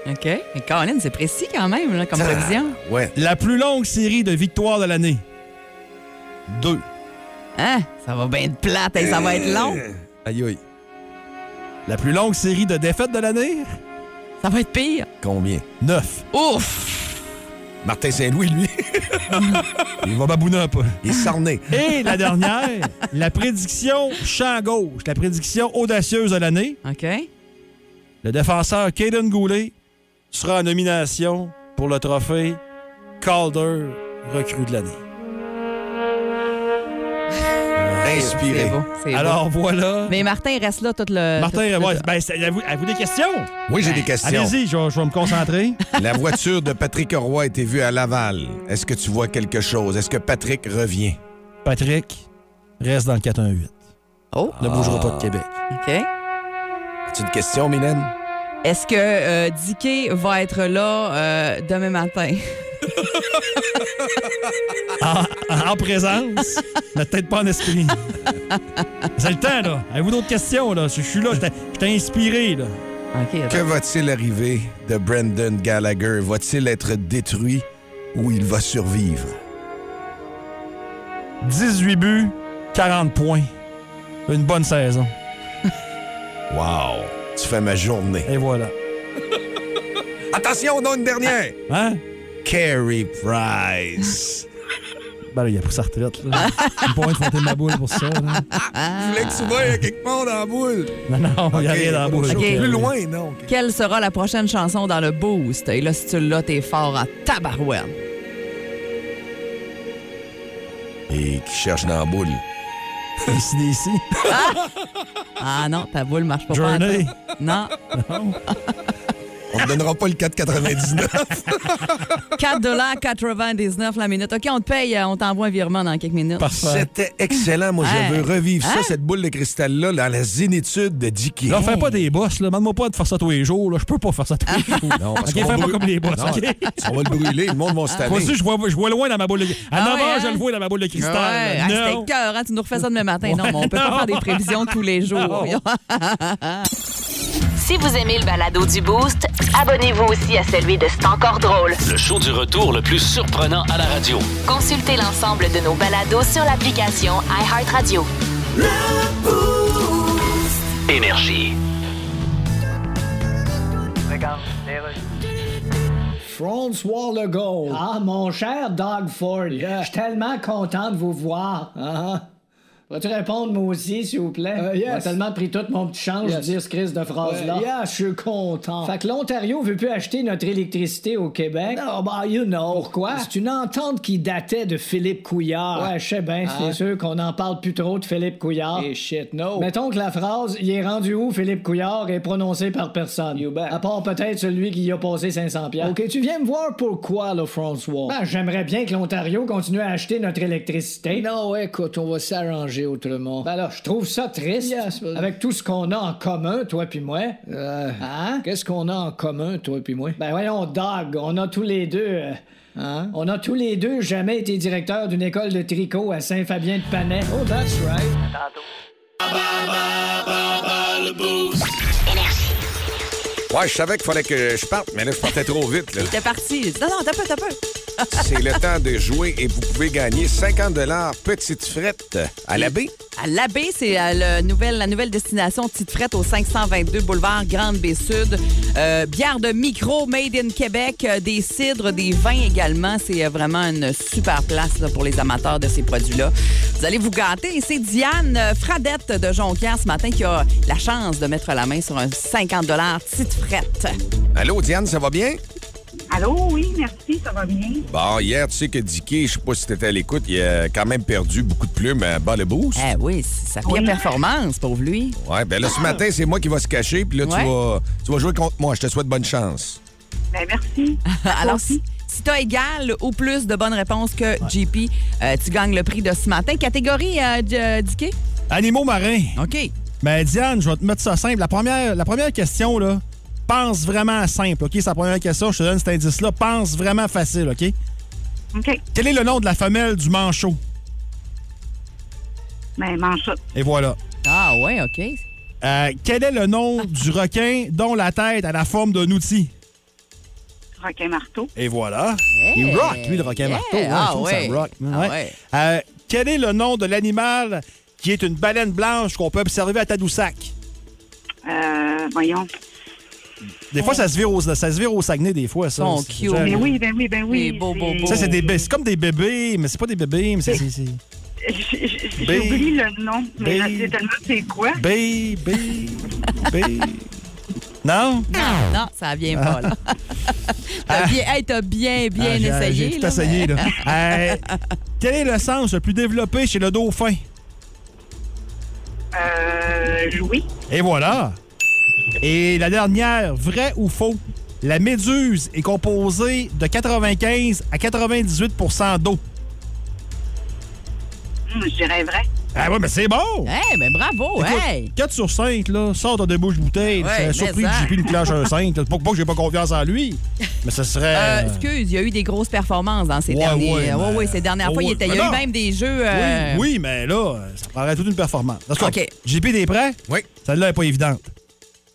Speaker 4: OK. Mais Colin, c'est précis quand même, là, comme prévision.
Speaker 3: Ah, Ouais.
Speaker 5: La plus longue série de victoires de l'année. Deux.
Speaker 4: Hein? Ça va bien être plate, et ça va être long.
Speaker 3: Euh.
Speaker 5: Aïe aïe. La plus longue série de défaites de l'année?
Speaker 4: Ça va être pire.
Speaker 3: Combien?
Speaker 5: Neuf.
Speaker 4: Ouf!
Speaker 3: Martin Saint-Louis, lui,
Speaker 5: Il va babouner un peu.
Speaker 3: il est sarné.
Speaker 5: Et la dernière, la prédiction champ gauche, la prédiction audacieuse de l'année.
Speaker 4: OK.
Speaker 5: Le défenseur Caden Goulet sera en nomination pour le trophée Calder recrue de l'année.
Speaker 4: C'est
Speaker 3: Inspiré.
Speaker 4: beau. C'est beau.
Speaker 5: Alors voilà.
Speaker 4: Mais Martin il reste là tout le.
Speaker 5: Martin,
Speaker 4: tout- tout-
Speaker 5: ouais, ben, c'est- avez-vous avez-vous des questions?
Speaker 3: Oui, j'ai des questions.
Speaker 5: Allez-y, je, vais- je vais me concentrer.
Speaker 3: La voiture de Patrick Roy a été vue à Laval. Est-ce que tu vois quelque chose? Est-ce que Patrick revient?
Speaker 5: Patrick, reste dans le 418.
Speaker 4: Oh,
Speaker 5: Ne bougera
Speaker 3: Ah.
Speaker 5: pas de Québec.
Speaker 4: OK.
Speaker 3: C'est une question, Mylène?
Speaker 4: Est-ce que euh, Dicky va être là euh, demain matin?
Speaker 5: En, en présence, mais peut-être pas en esprit. C'est le temps, là. Avez-vous d'autres questions, là? Je suis là, je t'ai- je t'ai inspiré, là.
Speaker 4: OK.
Speaker 3: Que
Speaker 4: attends.
Speaker 3: va-t-il arriver de Brendan Gallagher? Va-t-il être détruit ou il va survivre?
Speaker 5: 18 buts, 40 points. Une bonne saison.
Speaker 3: Wow! Tu fais ma journée.
Speaker 5: Et voilà.
Speaker 3: Attention, non, une dernière!
Speaker 5: Hein?
Speaker 3: Carey Price.
Speaker 5: Ben là, il a pris sa retraite, là. Il pas de fronter ma boule pour ça, là.
Speaker 3: Je voulais que tu vois, il y a quelque part dans la boule.
Speaker 5: Non, non, il y a rien dans la bouche.
Speaker 4: Ok.
Speaker 3: Plus loin, non.
Speaker 4: Quelle sera la prochaine chanson dans le boost? Et là, si tu l'as, t'es fort en tabarouette.
Speaker 3: Et qui cherche dans la boule.
Speaker 5: Ici, ici.
Speaker 4: Ah non, ta boule marche pas.
Speaker 5: Journey.
Speaker 4: pas en tout. Non.
Speaker 3: On ne donnera pas le 4,99.
Speaker 4: 4,99 la minute. OK, on te paye, euh, on t'envoie un virement dans quelques minutes.
Speaker 5: Parfait.
Speaker 3: C'était excellent. Moi,
Speaker 4: Hein?
Speaker 3: je veux revivre
Speaker 4: Hein?
Speaker 3: ça, cette boule de cristal-là, dans la zénitude de Dicky.
Speaker 5: Là, fais pas des boss, là. Demande-moi pas de faire ça tous les jours, là. Je peux pas faire ça tous les
Speaker 4: Ah.
Speaker 5: jours.
Speaker 3: Non,
Speaker 5: OK,
Speaker 3: parce
Speaker 5: fais
Speaker 3: qu'on
Speaker 5: pas
Speaker 3: brûle-
Speaker 5: comme les boss,
Speaker 3: Non,
Speaker 5: OK?
Speaker 3: On va le brûler. Le monde va se
Speaker 5: Moi aussi,
Speaker 3: tanner.
Speaker 5: je vois, je vois loin dans ma boule de À
Speaker 4: Ah
Speaker 5: 9
Speaker 4: ouais,
Speaker 5: h, je
Speaker 4: hein?
Speaker 5: le vois dans ma boule de cristal.
Speaker 4: Ouais,
Speaker 5: là.
Speaker 4: ah, c'était
Speaker 5: Non.
Speaker 4: écœurant, hein? Tu nous refais ça demain matin. non, mais on peut pas
Speaker 5: non.
Speaker 4: faire des prévisions tous les jours.
Speaker 1: Si vous aimez le balado du Boost, abonnez-vous aussi à celui de C'est encore drôle.
Speaker 9: Le show du retour le plus surprenant à la radio.
Speaker 1: Consultez l'ensemble de nos balados sur l'application iHeartRadio.
Speaker 9: Énergie.
Speaker 10: François Legault. Ah, mon cher Doug Ford, je suis tellement content de vous voir. Vas-tu répondre, moi aussi, s'il vous plaît? Uh-huh. Uh, yes. J'ai tellement pris tout mon petit change de dire ce crise de phrase-là. je suis content. Fait que l'Ontario veut plus acheter notre électricité au Québec. Non, bah, you know. Pourquoi? C'est une entente qui datait de Philippe Couillard. Uh-huh. Ouais, je sais bien, c'est sûr qu'on n'en parle plus trop de Philippe Couillard. Et shit, no. Mettons que la phrase « Il est rendu où, Philippe Couillard » est prononcée par personne. À part peut-être celui qui y a passé 500 piastres. OK, tu viens me voir pourquoi, là, François? Ben, j'aimerais bien que l'Ontario continue à acheter notre électricité. Non, écoute, on va s'arranger autrement. Ben alors, je trouve ça triste. avec tout ce qu'on a en commun, toi puis moi.
Speaker 11: euh,
Speaker 10: Hein? Qu'est-ce qu'on a en commun, toi puis moi? Ben voyons, Dog, on a tous les deux... euh,
Speaker 11: Hein?
Speaker 10: On a tous les deux jamais été directeur d'une école de tricot à Saint-Fabien-de-Panay. Oh, that's right. Ben,
Speaker 3: Ouais, je savais qu'il fallait que je parte, mais là, je partais trop vite. là.
Speaker 4: T'es parti. Non, non, t'as pas, t'as pas.
Speaker 3: C'est le temps de jouer et vous pouvez gagner 50 petite frette à la baie.
Speaker 4: À l'abbé, c'est euh, le nouvel- la nouvelle destination Petite Frette au 522 boulevard Grande Baie Sud. Euh, bière de micro, made in Québec, euh, des cidres, des vins également. C'est euh, vraiment une super place là, pour les amateurs de ces produits-là. Vous allez vous gâter. Et c'est Diane euh, Fradette de Jonquière ce matin qui a la chance de mettre la main sur un 50 Petite Frette.
Speaker 3: Allô, Diane, ça va bien?
Speaker 6: Allô, oui, merci, ça va bien.
Speaker 3: Bon, hier, tu sais que Dicky, je sais pas si t'étais à l'écoute, il a quand même perdu beaucoup de plumes à bas le boost.
Speaker 4: Eh oui, c'est sa pire performance, pauvre lui.
Speaker 3: Ouais, ben là, ce matin, c'est moi qui va se cacher, puis là,
Speaker 4: Ouais.
Speaker 3: tu, vas, tu vas jouer contre moi. Je te souhaite bonne chance.
Speaker 6: Ben, merci.
Speaker 4: Alors, si, si tu as égal ou plus de bonnes réponses que JP, euh, tu gagnes le prix de ce matin. Catégorie, euh, J- euh, Dicky?
Speaker 5: Animaux marins.
Speaker 4: OK.
Speaker 5: Mais Diane, je vais te mettre ça simple. La première, la première question, là, pense vraiment simple, OK? C'est la première question, je te donne cet indice-là. Pense vraiment facile, OK?
Speaker 12: OK.
Speaker 5: Quel est le nom de la femelle du manchot?
Speaker 12: Ben, mange ça.
Speaker 5: Et voilà.
Speaker 4: Ah, ouais, OK.
Speaker 5: Euh, quel est le nom du requin dont la tête a la forme d'un outil?
Speaker 12: Roquin marteau.
Speaker 5: Et voilà.
Speaker 4: Hey!
Speaker 5: Il rock, lui, le requin
Speaker 4: Yeah!
Speaker 5: marteau. Ouais,
Speaker 4: Ah
Speaker 5: je trouve que
Speaker 4: ouais.
Speaker 5: ça rock.
Speaker 4: Ah
Speaker 5: Ouais.
Speaker 4: ouais.
Speaker 5: Euh, quel est le nom de l'animal qui est une baleine blanche qu'on peut observer à Tadoussac?
Speaker 12: Euh, voyons.
Speaker 5: Des fois, ça se vire au, ça se vire au Saguenay, des fois, ça.
Speaker 4: Sont
Speaker 5: C'est
Speaker 4: cute.
Speaker 5: déjà-
Speaker 12: Ben oui, ben oui, ben oui.
Speaker 4: Les beaux, beaux,
Speaker 12: c'est-
Speaker 4: beaux.
Speaker 5: Ça, c'est des bé- c'est comme des bébés, mais c'est pas des bébés, mais c'est. c'est- c'est-
Speaker 12: J- j-
Speaker 5: Bé-
Speaker 12: J'oublie le nom, mais
Speaker 5: Bé-
Speaker 12: je sais tellement c'est quoi.
Speaker 5: Bé, bé, bé. Non?
Speaker 4: Non, ça vient pas, là. t'as Ah, bien, hey, t'as bien, bien
Speaker 5: Ah, j'ai-
Speaker 4: essayé.
Speaker 5: J'ai tout
Speaker 4: là, mais-
Speaker 5: essayé, là. Euh, quel est le sens le plus développé chez le dauphin?
Speaker 12: Euh, Louis.
Speaker 5: Et voilà. Et la dernière, vrai ou faux? La méduse est composée de 95 à 98 d'eau.
Speaker 12: Hum, je dirais vrai.
Speaker 5: Ah ouais, mais c'est bon!
Speaker 4: Hey, mais bravo,
Speaker 5: Écoute,
Speaker 4: hey!
Speaker 5: 4 sur 5, là, sort de bouches bouteilles.
Speaker 4: Ouais,
Speaker 5: je
Speaker 4: mais
Speaker 5: serais surpris
Speaker 4: ça.
Speaker 5: que JP nous clash un 5. Pas, pas que j'ai pas confiance en lui, mais ce serait.
Speaker 4: Euh, excuse, il y a eu des grosses performances dans ces
Speaker 5: Ouais,
Speaker 4: derniers.
Speaker 5: ouais,
Speaker 4: ouais,
Speaker 5: mais-
Speaker 4: ouais, ces dernières
Speaker 5: ouais,
Speaker 4: fois, il,
Speaker 5: ouais.
Speaker 4: était, il y
Speaker 5: Mais
Speaker 4: a eu
Speaker 5: non.
Speaker 4: même des jeux.
Speaker 5: Oui,
Speaker 4: euh,
Speaker 5: oui, mais là, ça paraît toute une performance. Parce que,
Speaker 4: OK.
Speaker 5: JP, t'es prêt?
Speaker 3: Oui.
Speaker 5: Celle-là n'est pas évidente.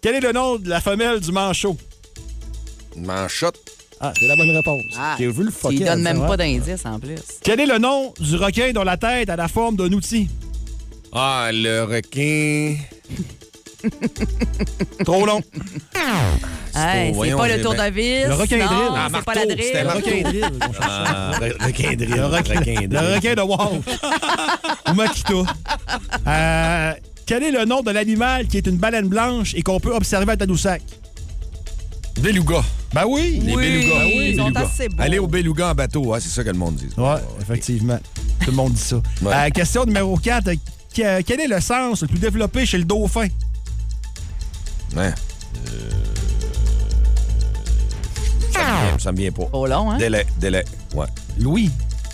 Speaker 5: Quel est le nom de la femelle du manchot?
Speaker 3: Manchotte.
Speaker 5: Ah, c'est la bonne réponse.
Speaker 4: Ah,
Speaker 5: J'ai vu le
Speaker 4: tu
Speaker 5: fucker.
Speaker 4: lui donnes
Speaker 5: là-dedans,
Speaker 4: même
Speaker 5: ouais.
Speaker 4: pas d'indice en plus.
Speaker 5: Quel est le nom du requin dont la tête a la forme d'un outil?
Speaker 3: Ah, le requin.
Speaker 5: Trop long. Oh,
Speaker 4: Hey, c'est
Speaker 3: voyons,
Speaker 4: pas
Speaker 3: j'ai
Speaker 4: le tour
Speaker 3: bien-
Speaker 4: de vis.
Speaker 5: ben, Le requin Ah,
Speaker 4: non,
Speaker 5: drill.
Speaker 4: C'est pas la drill.
Speaker 3: c'était
Speaker 5: Le
Speaker 3: Marteau.
Speaker 5: requin drill. qu'on cherche.
Speaker 3: Ah, le requin drill.
Speaker 5: Le requin, le requin de Wow. Ou Makito. Euh, quel est le nom de l'animal qui est une baleine blanche et qu'on peut observer à Tadoussac?
Speaker 3: Beluga.
Speaker 5: Ben oui.
Speaker 3: Les
Speaker 4: Oui,
Speaker 3: belugas.
Speaker 4: ils
Speaker 3: Les
Speaker 4: sont
Speaker 3: belugas.
Speaker 4: assez beaux.
Speaker 3: Aller au beluga en bateau, hein, c'est ça que le monde dit.
Speaker 5: Ouais, effectivement. Tout le monde dit ça. Euh, question numéro 4. euh, Quel est le sens le plus développé chez le dauphin?
Speaker 3: Ouais. Euh, Ça me vient- ça me vient pas.
Speaker 4: Trop long, hein?
Speaker 3: Délai, délai. Ouais.
Speaker 5: Louis.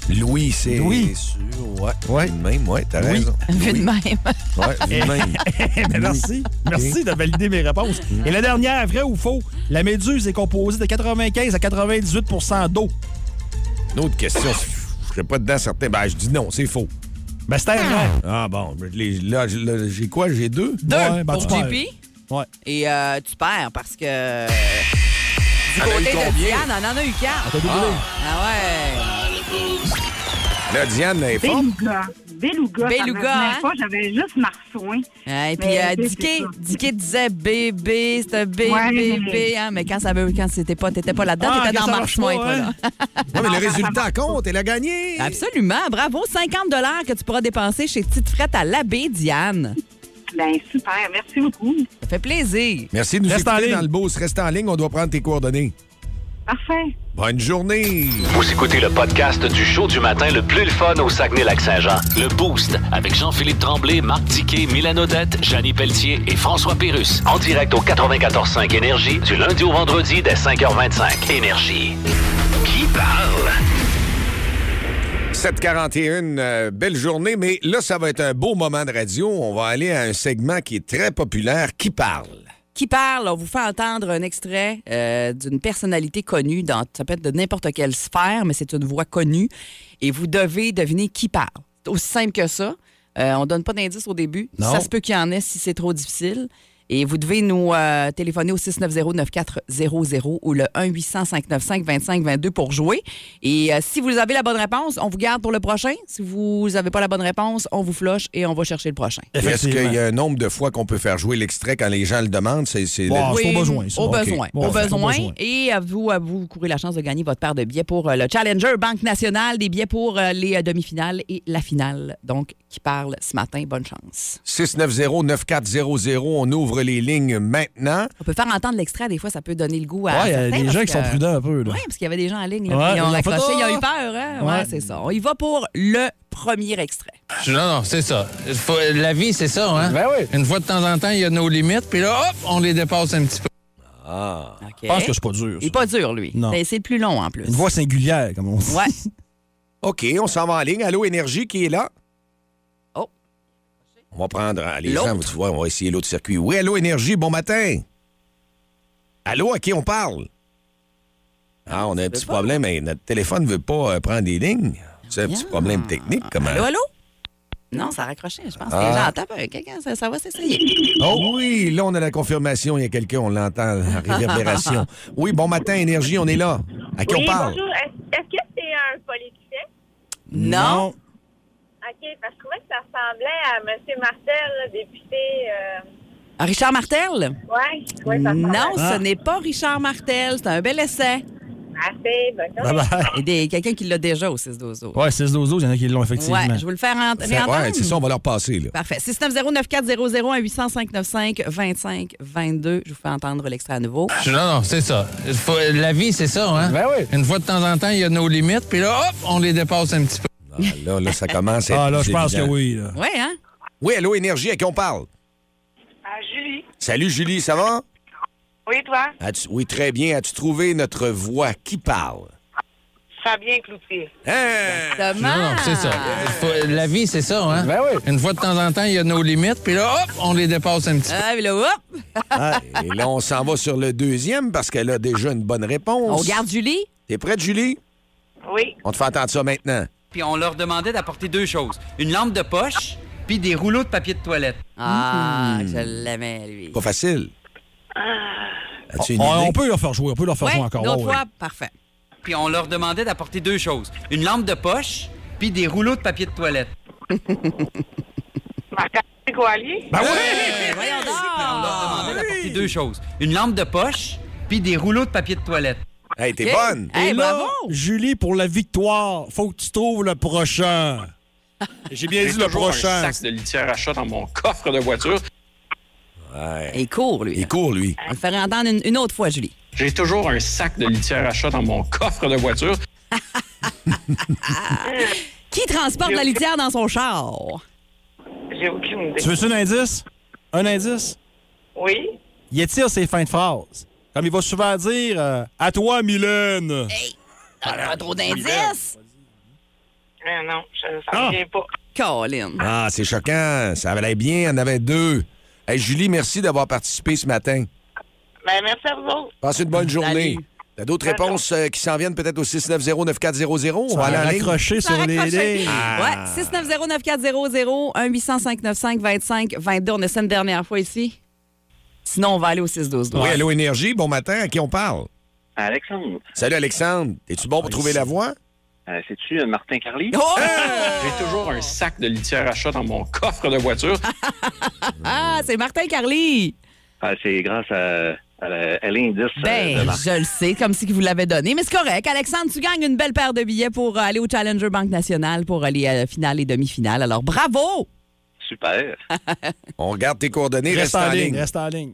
Speaker 3: Louis, c'est
Speaker 5: Louis.
Speaker 3: sûr. Ouais.
Speaker 5: Ouais.
Speaker 3: Vu de Même, ouais, t'as
Speaker 5: Louis.
Speaker 3: raison.
Speaker 4: Vu de
Speaker 3: Louis.
Speaker 4: même.
Speaker 3: Ouais, vu de même.
Speaker 5: Eh ben,
Speaker 3: Mm.
Speaker 5: merci. Merci de valider mes réponses. Et la dernière, vrai ou faux? La méduse est composée de 95 à 98 d'eau.
Speaker 3: Une autre question, je serais pas dedans certain. Ben, je dis non, c'est faux.
Speaker 5: Ben, c'était vrai.
Speaker 3: Ah bon, ben, les- là, j- là, j'ai quoi? J'ai deux?
Speaker 5: Deux ouais, ben,
Speaker 4: Pour
Speaker 5: tu perds.
Speaker 4: JP.
Speaker 5: Ouais.
Speaker 4: Et euh, tu perds parce que. Du
Speaker 3: en a eu
Speaker 4: côté de
Speaker 3: combien?
Speaker 4: Diane, on en a eu quatre. Ah
Speaker 3: Là, Diane, elle est forte.
Speaker 12: Beluga. Beluga. ça me
Speaker 4: Beluga,
Speaker 12: venait
Speaker 4: hein?
Speaker 12: pas, J'avais juste hein. marsouin.
Speaker 4: ouais. Et puis,
Speaker 12: Mais
Speaker 4: euh,
Speaker 12: c'est-
Speaker 4: Dicky,
Speaker 12: c'est ça.
Speaker 4: Dicky disait bébé, c'était bébé,
Speaker 12: Ouais.
Speaker 4: bébé. Hein, mais quand, ça veut- quand c'était pas, t'étais pas là-dedans,
Speaker 5: Ah,
Speaker 4: t'étais
Speaker 5: quand
Speaker 4: dans
Speaker 5: ça
Speaker 4: Marche Moins,
Speaker 5: marche
Speaker 4: toi,
Speaker 5: pas,
Speaker 4: là.
Speaker 5: hein?
Speaker 3: Non, mais le résultat compte, elle a gagné.
Speaker 4: Absolument. Bravo. 50 que tu pourras dépenser chez Tite Frette à l'abbé, Diane.
Speaker 12: Ben, super. Merci beaucoup.
Speaker 4: Ça fait plaisir.
Speaker 3: Merci de nous
Speaker 5: Reste en
Speaker 3: écouter
Speaker 5: ligne.
Speaker 3: dans le Beauce. Reste en ligne, on doit prendre tes coordonnées.
Speaker 12: Parfait.
Speaker 3: Bonne journée.
Speaker 2: Vous écoutez le podcast du show du matin le plus le fun au Saguenay-Lac-Saint-Jean. Le Boost avec Jean-Philippe Tremblay, Marc Tiquet, Milan Odette, Janine Pelletier et François Pérus. En direct au 94.5 Énergie du lundi au vendredi dès 5h25. Énergie. Qui parle?
Speaker 3: 7h41, euh, belle journée, mais là, ça va être un beau moment de radio. On va aller à un segment qui est très populaire, qui parle.
Speaker 4: Qui parle? On vous fait entendre un extrait euh, d'une personnalité connue. Dans, ça peut être de n'importe quelle sphère, mais c'est une voix connue. Et vous devez deviner qui parle. C'est aussi simple que ça. Euh, on donne pas d'indice au début.
Speaker 5: Non.
Speaker 4: Ça se peut qu'il y en ait si c'est trop difficile. Et vous devez nous euh, téléphoner au 690-9400 ou le 1-800-595-2522 pour jouer. Et euh, si vous avez la bonne réponse, on vous garde pour le prochain. Si vous n'avez pas la bonne réponse, on vous floche et on va chercher le prochain.
Speaker 3: Et Est-ce
Speaker 5: Effectivement.
Speaker 3: qu'il y a un nombre de fois qu'on peut faire jouer l'extrait quand les gens le demandent? C'est, c'est
Speaker 5: Wow. Ah,
Speaker 3: le-
Speaker 5: c'est au besoin, ça.
Speaker 4: Au
Speaker 5: OK.
Speaker 4: besoin.
Speaker 5: Bon,
Speaker 4: au
Speaker 5: c'est au
Speaker 4: besoin.
Speaker 5: besoin.
Speaker 4: Et à vous, à vous, vous courez la chance de gagner votre paire de billets pour euh, le Challenger Banque Nationale, des billets pour euh, les euh, demi-finales et la finale. Donc, qui parle ce matin, bonne chance.
Speaker 3: 690-9400, on ouvre les lignes maintenant.
Speaker 4: On peut faire entendre l'extrait, des fois, ça peut donner le goût à.
Speaker 5: Ouais, il y a
Speaker 4: certains
Speaker 5: des
Speaker 4: parce
Speaker 5: gens qui sont
Speaker 4: que-
Speaker 5: prudents un peu. Là.
Speaker 4: Oui, parce qu'il y avait des gens en ligne. là,
Speaker 5: Ouais,
Speaker 4: puis ils ont
Speaker 5: ils ont fait,
Speaker 4: raccroché, ils ont
Speaker 5: Ah!
Speaker 4: eu peur. Hein? Ouais,
Speaker 5: Ouais.
Speaker 4: c'est ça. On y va pour le premier extrait.
Speaker 11: Non, non, c'est ça. Faut- la vie, c'est ça, hein? Ben oui. Une fois de temps en temps, il y a nos limites, puis là, hop, on les dépasse un petit peu.
Speaker 3: Ah.
Speaker 4: OK.
Speaker 5: Je pense que c'est pas dur.
Speaker 4: Il
Speaker 5: ça.
Speaker 4: est pas dur, lui. Ben,
Speaker 5: Non.
Speaker 4: C'est- C'est le plus long, en plus.
Speaker 5: Une voix singulière, comme on dit.
Speaker 4: Ouais.
Speaker 3: OK, on s'en va en ligne. Allô, Énergie qui est là?
Speaker 4: Oh.
Speaker 3: On va prendre hein, les gens, tu vois, on va essayer l'autre circuit. Oui, allô, Énergie, bon matin. Allô, à qui on parle? Ah, on a un petit problème. hein, notre téléphone ne veut pas euh, prendre des lignes. C'est un petit problème technique, euh, comment?
Speaker 4: Allô, allô? Non, ça a raccroché. Je pense que les
Speaker 3: Ah.
Speaker 4: gens attendent. euh, Quelqu'un, ça, ça va s'essayer.
Speaker 3: Oh oui, là, on a la confirmation. Il y a quelqu'un, on l'entend, la réverbération. Oui, bon matin, Énergie, on est là. À qui
Speaker 13: oui,
Speaker 3: on parle?
Speaker 13: bonjour. Est-ce est-ce que c'est un politicien?
Speaker 3: Non.
Speaker 13: OK, parce que je trouvais que ça ressemblait à M. Martel, là, député. Euh...
Speaker 4: Ah, Richard Martel?
Speaker 13: Ouais, ouais, ça ressemble.
Speaker 4: Non,
Speaker 13: Ah.
Speaker 4: ce n'est pas Richard Martel. C'est un bel essai.
Speaker 13: Assez, d'accord.
Speaker 4: Et des- Quelqu'un qui l'a déjà au 6-12.
Speaker 5: Ouais, 6 12 il y en a qui l'ont effectivement.
Speaker 4: Ouais, je vais le faire en- réentendre.
Speaker 3: Ouais, c'est ça, on va leur passer, là.
Speaker 4: Parfait. 690-9400 à 800-595-25-22. Je vous fais entendre l'extrait à nouveau.
Speaker 14: Non, non, c'est ça. Il faut- la vie, c'est ça, hein? Ben oui. Une fois de temps en temps, il y a nos limites, puis là, hop, on les dépasse un petit peu.
Speaker 3: Ah, là, là, ça commence à être
Speaker 14: Ah, là,
Speaker 3: plus
Speaker 14: je pense
Speaker 3: évident.
Speaker 14: que
Speaker 5: oui, là.
Speaker 4: Oui, hein?
Speaker 3: Oui, allô, Énergie, à qui on parle?
Speaker 6: Ah, Julie.
Speaker 3: Salut, Julie, ça va?
Speaker 6: Oui, toi?
Speaker 3: As-tu- Oui, très bien. As-tu trouvé notre voix? Qui parle?
Speaker 6: Fabien Cloutier.
Speaker 14: Non, non, c'est ça. Il faut- la vie, c'est ça, hein? Ben oui. Une fois de temps en temps, il y a nos limites, puis là, hop, on les dépasse un petit peu.
Speaker 4: Ah, puis là, hop!
Speaker 3: Ah, et là, on s'en va sur le deuxième parce qu'elle a déjà une bonne réponse.
Speaker 4: On garde Julie?
Speaker 3: T'es prête, Julie?
Speaker 6: Oui.
Speaker 3: On te fait entendre ça maintenant.
Speaker 15: Puis on leur demandait d'apporter deux choses. Une lampe de poche, puis des rouleaux de papier de toilette.
Speaker 4: Ah, je l'aimais, lui.
Speaker 3: Pas facile. As-tu une
Speaker 5: On, on
Speaker 3: idée?
Speaker 5: peut leur faire jouer, on peut leur faire jouer
Speaker 3: Oh,
Speaker 5: encore. ouais, ouais.
Speaker 4: parfait.
Speaker 15: Puis on leur demandait d'apporter deux choses. Une lampe de poche, puis des rouleaux de papier de toilette.
Speaker 6: Marc-André Coallier?
Speaker 15: Ben oui!
Speaker 4: voyons
Speaker 15: On leur
Speaker 6: Ah,
Speaker 15: demandait
Speaker 12: Ah,
Speaker 15: d'apporter deux choses. Une lampe de poche, puis des rouleaux de papier de toilette.
Speaker 3: Hey,
Speaker 5: Ok. Et là, Julie, pour la victoire, faut que tu trouves le prochain. J'ai bien dit le
Speaker 9: toujours
Speaker 5: prochain.
Speaker 9: un sac de litière à chat dans mon coffre de voiture.
Speaker 4: Il court, lui. Il
Speaker 3: court, lui.
Speaker 4: On le fait entendre une, une autre fois, Julie.
Speaker 9: J'ai toujours un sac de litière à chat dans mon coffre de voiture.
Speaker 4: Qui transporte la litière dans son char?
Speaker 6: J'ai aucune idée.
Speaker 5: Tu veux-tu un indice? Un indice?
Speaker 6: Oui.
Speaker 5: Il étire ses fins de phrase. Comme il va souvent dire euh, À toi, Mylène!
Speaker 4: Pas trop d'indices?
Speaker 6: Ah non, je- ça
Speaker 3: Ah.
Speaker 6: me vient pas.
Speaker 4: Colin.
Speaker 3: Ah, c'est choquant. Ça allait bien, on en avait deux. Hey, Julie, merci d'avoir participé ce matin.
Speaker 6: Ben, merci à vous autres.
Speaker 3: Passe une bonne journée. T'as d'autres réponses euh, qui s'en viennent peut-être au 690-9400? On va
Speaker 5: Ça a
Speaker 3: aller en
Speaker 5: raccroché
Speaker 3: ligne.
Speaker 5: Ça a sur les raccroché.
Speaker 4: Ouais,
Speaker 5: lignes.
Speaker 3: Ah.
Speaker 4: 690-9400, 1-800-595-25-22. On essaie une dernière fois ici. Sinon, on va aller au 6-12.
Speaker 3: Oui, allô, Énergie, bon matin. À qui on parle? Alexandre. Salut, Alexandre. Es-tu bon pour trouver la voie?
Speaker 9: Euh, C'est-tu euh, Martin Carly?
Speaker 4: Oh!
Speaker 9: J'ai toujours un sac de litière à chat dans mon coffre de voiture.
Speaker 4: Ah, c'est Martin Carly.
Speaker 16: Ah, c'est grâce à, à, la- à l'indice.
Speaker 4: Ben,
Speaker 16: euh, de Marc.
Speaker 4: je le sais, comme si vous l'avez donné. Mais c'est correct. Alexandre, tu gagnes une belle paire de billets pour euh, aller au Challenger Banque Nationale pour aller à la finale et demi-finale. Alors, bravo!
Speaker 16: Super.
Speaker 3: On regarde tes coordonnées.
Speaker 5: Reste en ligne,
Speaker 3: Reste
Speaker 5: en ligne.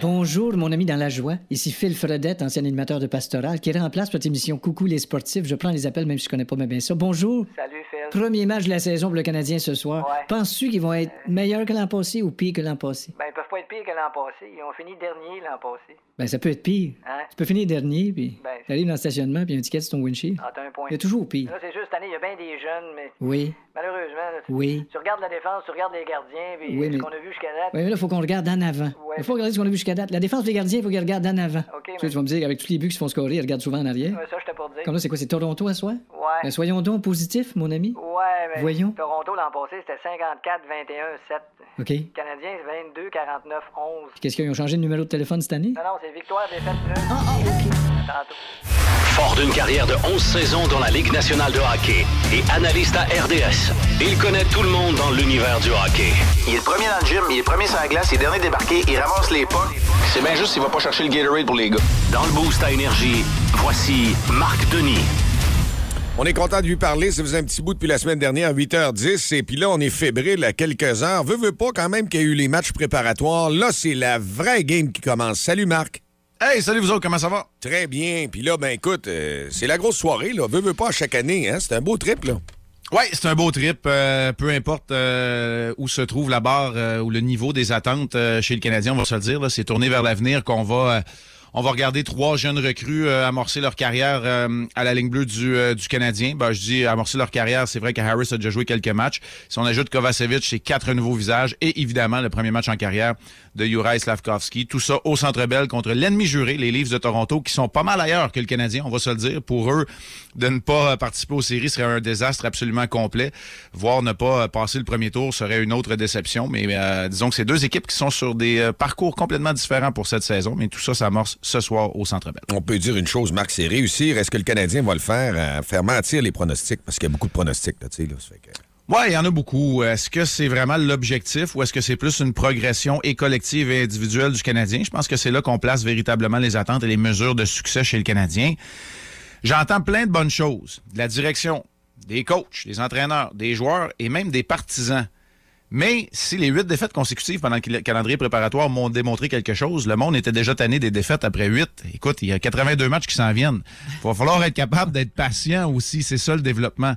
Speaker 11: Bonjour, mon ami dans la joie. Ici Phil Fredette, ancien animateur de Pastoral, qui remplace votre émission Coucou les sportifs. Je prends les appels même si je connais pas bien, bien ça. Bonjour.
Speaker 10: Salut, Phil.
Speaker 11: Premier match de la saison pour le Canadien ce soir. Penses-tu qu'ils vont être meilleurs que l'an passé ou pire que l'an passé?
Speaker 10: Ben, ils peuvent pas être pires que l'an passé. Ils ont fini dernier l'an passé.
Speaker 11: Ben, ça peut être pire.
Speaker 10: Hein?
Speaker 11: Tu peux finir dernier, puis
Speaker 10: Ben,
Speaker 11: t'arrives dans le stationnement, puis il y a un ticket sur ton windshield.
Speaker 10: Ah, t'as un point.
Speaker 11: Il y a toujours pire.
Speaker 10: Là, c'est juste cette année, il y a bien des jeunes, mais
Speaker 11: Oui.
Speaker 10: malheureusement, là, tu-
Speaker 11: Oui.
Speaker 10: tu regardes la défense, tu regardes les gardiens, puis
Speaker 11: Oui,
Speaker 10: ce
Speaker 11: mais-
Speaker 10: qu'on a vu jusqu'à date.
Speaker 11: Oui, mais là, il faut qu'on regarde en avant. Il faut regarder ce qu'on a vu jusqu'à date. La défense des gardiens, il faut qu'ils regardent en avant. Tu sais, Tu vas me dire, avec tous les buts qui se font scorer, ils regardent souvent en arrière.
Speaker 10: Ouais, ça, je t'ai pas dit.
Speaker 11: Comme là, c'est quoi, c'est Toronto à soi?
Speaker 10: Ouais.
Speaker 11: Ben, soyons donc positifs, mon ami.
Speaker 10: Ouais, mais
Speaker 11: Voyons.
Speaker 10: Toronto l'an passé, c'était 54-21-7.
Speaker 11: OK.
Speaker 10: Les Canadiens, c'est 22-49-11.
Speaker 11: Puis Qu'est-ce qu'ils ont changé de numéro de téléphone cette année?
Speaker 10: Non, non, c'est victoire des 7
Speaker 11: Ah, ah,
Speaker 10: Tantôt.
Speaker 2: Fort d'une carrière de 11 saisons dans la Ligue nationale de hockey et analyste à RDS, il connaît tout le monde dans l'univers du hockey.
Speaker 17: Il est le premier dans le gym, il est le premier sur la glace, il est dernier débarqué, il ramasse les pas. C'est bien juste s'il va pas chercher le Gatorade pour les gars.
Speaker 2: Dans le Boost à Énergie, voici Marc Denis.
Speaker 3: On est content de lui parler. Ça faisait un petit bout depuis la semaine dernière, 8h10. Et puis là, on est fébrile à quelques heures. Veux, veux pas quand même qu'il y ait eu les matchs préparatoires. Là, c'est la vraie game qui commence. Salut, Marc.
Speaker 18: Hey, salut vous autres, comment ça va?
Speaker 3: Très bien. Puis là, ben écoute, euh, c'est la grosse soirée, là. Veux, veux pas à chaque année, hein? C'est un beau trip, là.
Speaker 18: Oui, c'est un beau trip. euh, peu importe euh, où se trouve la barre euh, ou le niveau des attentes euh, chez le Canadien, on va se le dire. là, C'est tourné vers l'avenir qu'on va. euh, on va regarder trois jeunes recrues euh, amorcer leur carrière euh, à la ligne bleue du, euh, du Canadien. Ben, je dis amorcer leur carrière, c'est vrai que Harris a déjà joué quelques matchs. Si on ajoute Kovacevic, c'est quatre nouveaux visages. Et évidemment, le premier match en carrière de Juraj Slavkovski. Tout ça au Centre Bell contre l'ennemi juré, les Leafs de Toronto, qui sont pas mal ailleurs que le Canadien, on va se le dire. Pour eux, de ne pas euh, participer aux séries serait un désastre absolument complet. Voir ne pas euh, passer le premier tour serait une autre déception. Mais euh, disons que c'est deux équipes qui sont sur des euh, parcours complètement différents pour cette saison. Mais tout ça s'amorce ce soir au Centre Bell.
Speaker 3: On peut dire une chose, Marc, c'est réussir. Est-ce que le Canadien va le faire? Euh, faire mentir les pronostics, parce qu'il y a beaucoup de pronostics, là, tu sais. là, ça fait que-
Speaker 18: Ouais, il y en a beaucoup. Est-ce que c'est vraiment l'objectif ou est-ce que c'est plus une progression et collective et individuelle du Canadien? Je pense que c'est là qu'on place véritablement les attentes et les mesures de succès chez le Canadien. J'entends plein de bonnes choses de la direction, des coachs, des entraîneurs, des joueurs et même des partisans. Mais si les huit défaites consécutives pendant que le calendrier préparatoire m'ont démontré quelque chose, le monde était déjà tanné des défaites après huit. Écoute, il y a 82 matchs qui s'en viennent. Il va falloir être capable d'être patient aussi. C'est ça le développement.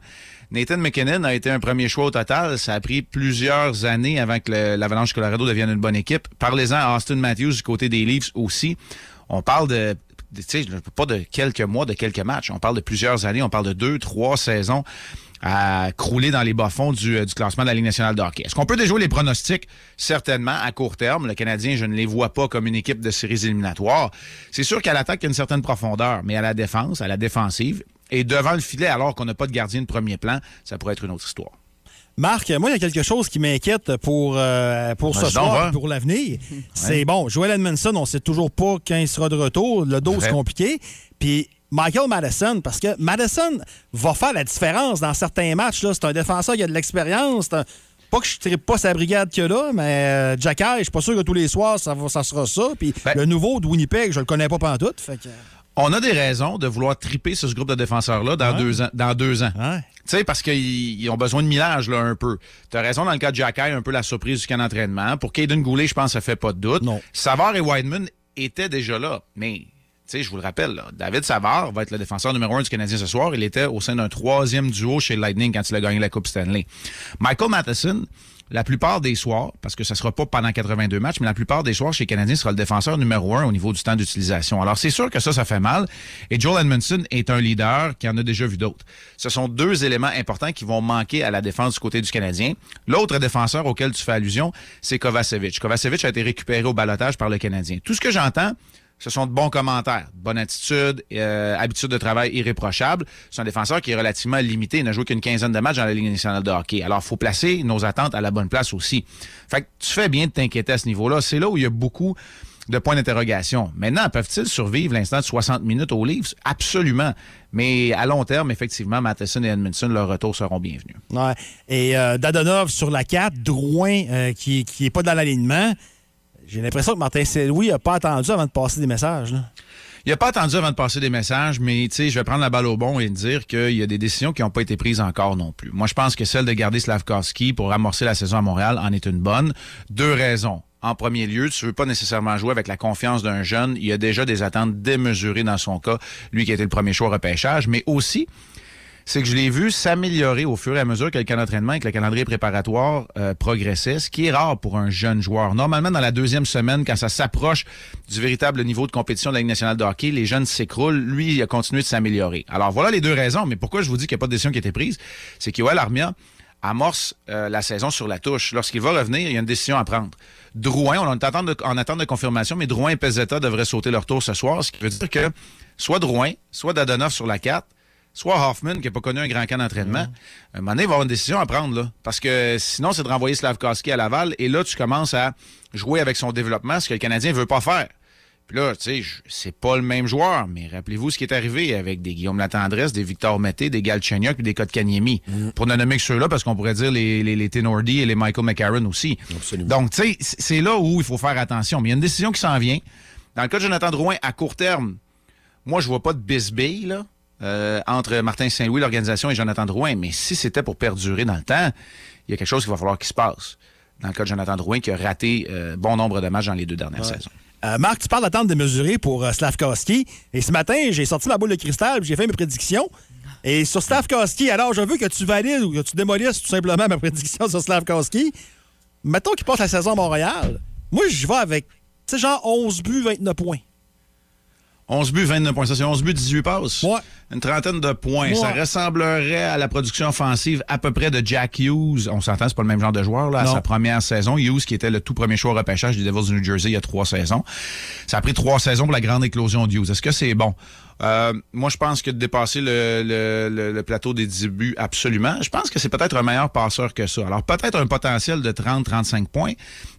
Speaker 18: Nathan McKinnon a été un premier choix au total. Ça a pris plusieurs années avant que le- l'Avalanche Colorado devienne une bonne équipe. Parlez-en à Austin Matthews du côté des Leafs aussi. On parle de de- tu sais, je- pas de quelques mois, de quelques matchs. On parle de plusieurs années, on parle de deux, trois saisons à crouler dans les bas-fonds du, euh, du classement de la Ligue nationale de hockey. Est-ce qu'on peut déjouer les pronostics? Certainement, à court terme. Le Canadien, je ne les vois pas comme une équipe de séries éliminatoires. C'est sûr qu'à l'attaque, il y a une certaine profondeur, mais à la défense, à la défensive, et devant le filet, alors qu'on n'a pas de gardien de premier plan, ça pourrait être une autre histoire.
Speaker 5: Marc, moi, il y a quelque chose qui m'inquiète pour, euh, pour
Speaker 18: Ben,
Speaker 5: ce
Speaker 18: dis donc,
Speaker 5: soir
Speaker 18: hein.
Speaker 5: et pour l'avenir. C'est bon, Joel Edmondson, on sait toujours pas quand il sera de retour. Le dos,
Speaker 18: Vrai.
Speaker 5: c'est compliqué. Puis Michael Madison, parce que Madison va faire la différence dans certains matchs. là. C'est un défenseur qui a de l'expérience. C'est un- Pas que je ne pas sa brigade qu'il y a là, mais euh, Jack High, je suis pas sûr que tous les soirs, ça, va- ça sera ça. Puis
Speaker 18: Ben
Speaker 5: le nouveau de Winnipeg, je le connais pas pantoute. Fait que...
Speaker 18: On a des raisons de vouloir triper sur ce groupe de défenseurs-là dans
Speaker 5: Ouais.
Speaker 18: deux ans. Dans deux ans. Tu sais, parce qu'ils ils ont besoin de millage, là, un peu. T'as raison, dans le cas de Jacky, un peu la surprise du camp d'entraînement. Pour Caden Goulet, je pense que ça fait pas de doute. Savard et Wideman étaient déjà là, mais... Tu sais, je vous le rappelle, là, David Savard va être le défenseur numéro un du Canadien ce soir. Il était au sein d'un troisième duo chez Lightning quand il a gagné la Coupe Stanley. Michael Matheson, la plupart des soirs, parce que ça sera pas pendant 82 matchs, mais la plupart des soirs chez les Canadiens sera le défenseur numéro un au niveau du temps d'utilisation. Alors, c'est sûr que ça, ça fait mal. Et Joel Edmondson est un leader qui en a déjà vu d'autres. Ce sont deux éléments importants qui vont manquer à la défense du côté du Canadien. L'autre défenseur auquel tu fais allusion, c'est Kovacevic. Kovacevic a été récupéré au balotage par le Canadien. Tout ce que j'entends, ce sont de bons commentaires, de bonne attitude, euh, habitude de travail irréprochable. C'est un défenseur qui est relativement limité. Il n'a joué qu'une quinzaine de matchs dans la Ligue nationale de hockey. Alors, il faut placer nos attentes à la bonne place aussi. Fait que tu fais bien de t'inquiéter à ce niveau-là. C'est là où il y a beaucoup de points d'interrogation. Maintenant, peuvent-ils survivre l'instant de 60 minutes aux Leafs? Absolument. Mais à long terme, effectivement, Matheson et Edmondson, leur retour seront bienvenus.
Speaker 5: Ouais. Et euh, Dadonov sur la 4, Drouin euh, qui n'est qui est pas dans l'alignement. J'ai l'impression que Martin Saint-Louis n'a pas attendu avant de passer des messages. là.
Speaker 18: Il n'a pas attendu avant de passer des messages, mais tu sais, je vais prendre la balle au bon et dire qu'il y a des décisions qui n'ont pas été prises encore non plus. Moi, je pense que celle de garder Slavkovski pour amorcer la saison à Montréal en est une bonne. Deux raisons. En premier lieu, tu veux pas nécessairement jouer avec la confiance d'un jeune. Il y a déjà des attentes démesurées dans son cas, lui qui a été le premier choix au repêchage, mais aussi, c'est que je l'ai vu s'améliorer au fur et à mesure que le camp d'entraînement et que le calendrier préparatoire euh, progressait, ce qui est rare pour un jeune joueur. Normalement, dans la deuxième semaine, quand ça s'approche du véritable niveau de compétition de la Ligue nationale de hockey, les jeunes s'écroulent. Lui, il a continué de s'améliorer. Alors voilà les deux raisons. Mais pourquoi je vous dis qu'il n'y a pas de décision qui a été prise? C'est qu'Yoel Armia amorce euh, la saison sur la touche. Lorsqu'il va revenir, il y a une décision à prendre. Drouin, on est en attente de, en attente de confirmation, mais Drouin et Pezzetta devraient sauter leur tour ce soir, ce qui veut dire que soit Drouin, soit Dadonov sur la 4, soit Hoffman, qui n'a pas connu un grand camp d'entraînement, à un moment donné, il va avoir une décision à prendre. Là, parce que sinon, c'est de renvoyer Slavkovski à Laval, et là, tu commences à jouer avec son développement, ce que le Canadien ne veut pas faire. Puis là, tu sais, je- c'est pas le même joueur, mais rappelez-vous ce qui est arrivé avec des Guillaume Latendresse, des Victor Mété, des Galchenyuk puis des Kotkaniemi. Pour ne nommer que ceux-là, parce qu'on pourrait dire les, les, les Tenordi et les Michael McCarron aussi. Donc, tu sais, c- c'est là où il faut faire attention. Mais il y a une décision qui s'en vient. Dans le cas de Jonathan Drouin, à court terme, moi, je vois pas de bisbille là, euh, entre Martin Saint-Louis, l'organisation, et Jonathan Drouin. Mais si c'était pour perdurer dans le temps, il y a quelque chose qu'il va falloir qu'il se passe. Dans le cas de Jonathan Drouin, qui a raté euh, bon nombre de matchs dans les deux dernières saisons.
Speaker 5: Euh, Marc, tu parles d'attente démesurée pour euh, Slavkovski. Et ce matin, j'ai sorti ma boule de cristal puis j'ai fait mes prédictions. Et sur Slavkowski, alors je veux que tu valides ou que tu démolisses tout simplement ma prédiction sur Slavkowski. Mettons qu'il passe la saison à Montréal. Moi, je vais avec, tu sais, genre 11 buts, 29 points.
Speaker 18: 11 buts, 29 points. Ça, c'est 11 buts, 18 passes. Une trentaine de points.
Speaker 5: Ouais.
Speaker 18: Ça ressemblerait à la production offensive à peu près de Jack Hughes. On s'entend, c'est pas le même genre de joueur, là, à
Speaker 5: Non.
Speaker 18: sa première saison. Hughes, qui était le tout premier choix au repêchage des Devils du New Jersey il y a trois saisons. Ça a pris trois saisons pour la grande éclosion de Hughes. Est-ce que c'est bon? Euh, moi, je pense que de dépasser le, le- le- le plateau des 10 buts, absolument. Je pense que c'est peut-être un meilleur passeur que ça. Alors, peut-être un potentiel de 30-35 points.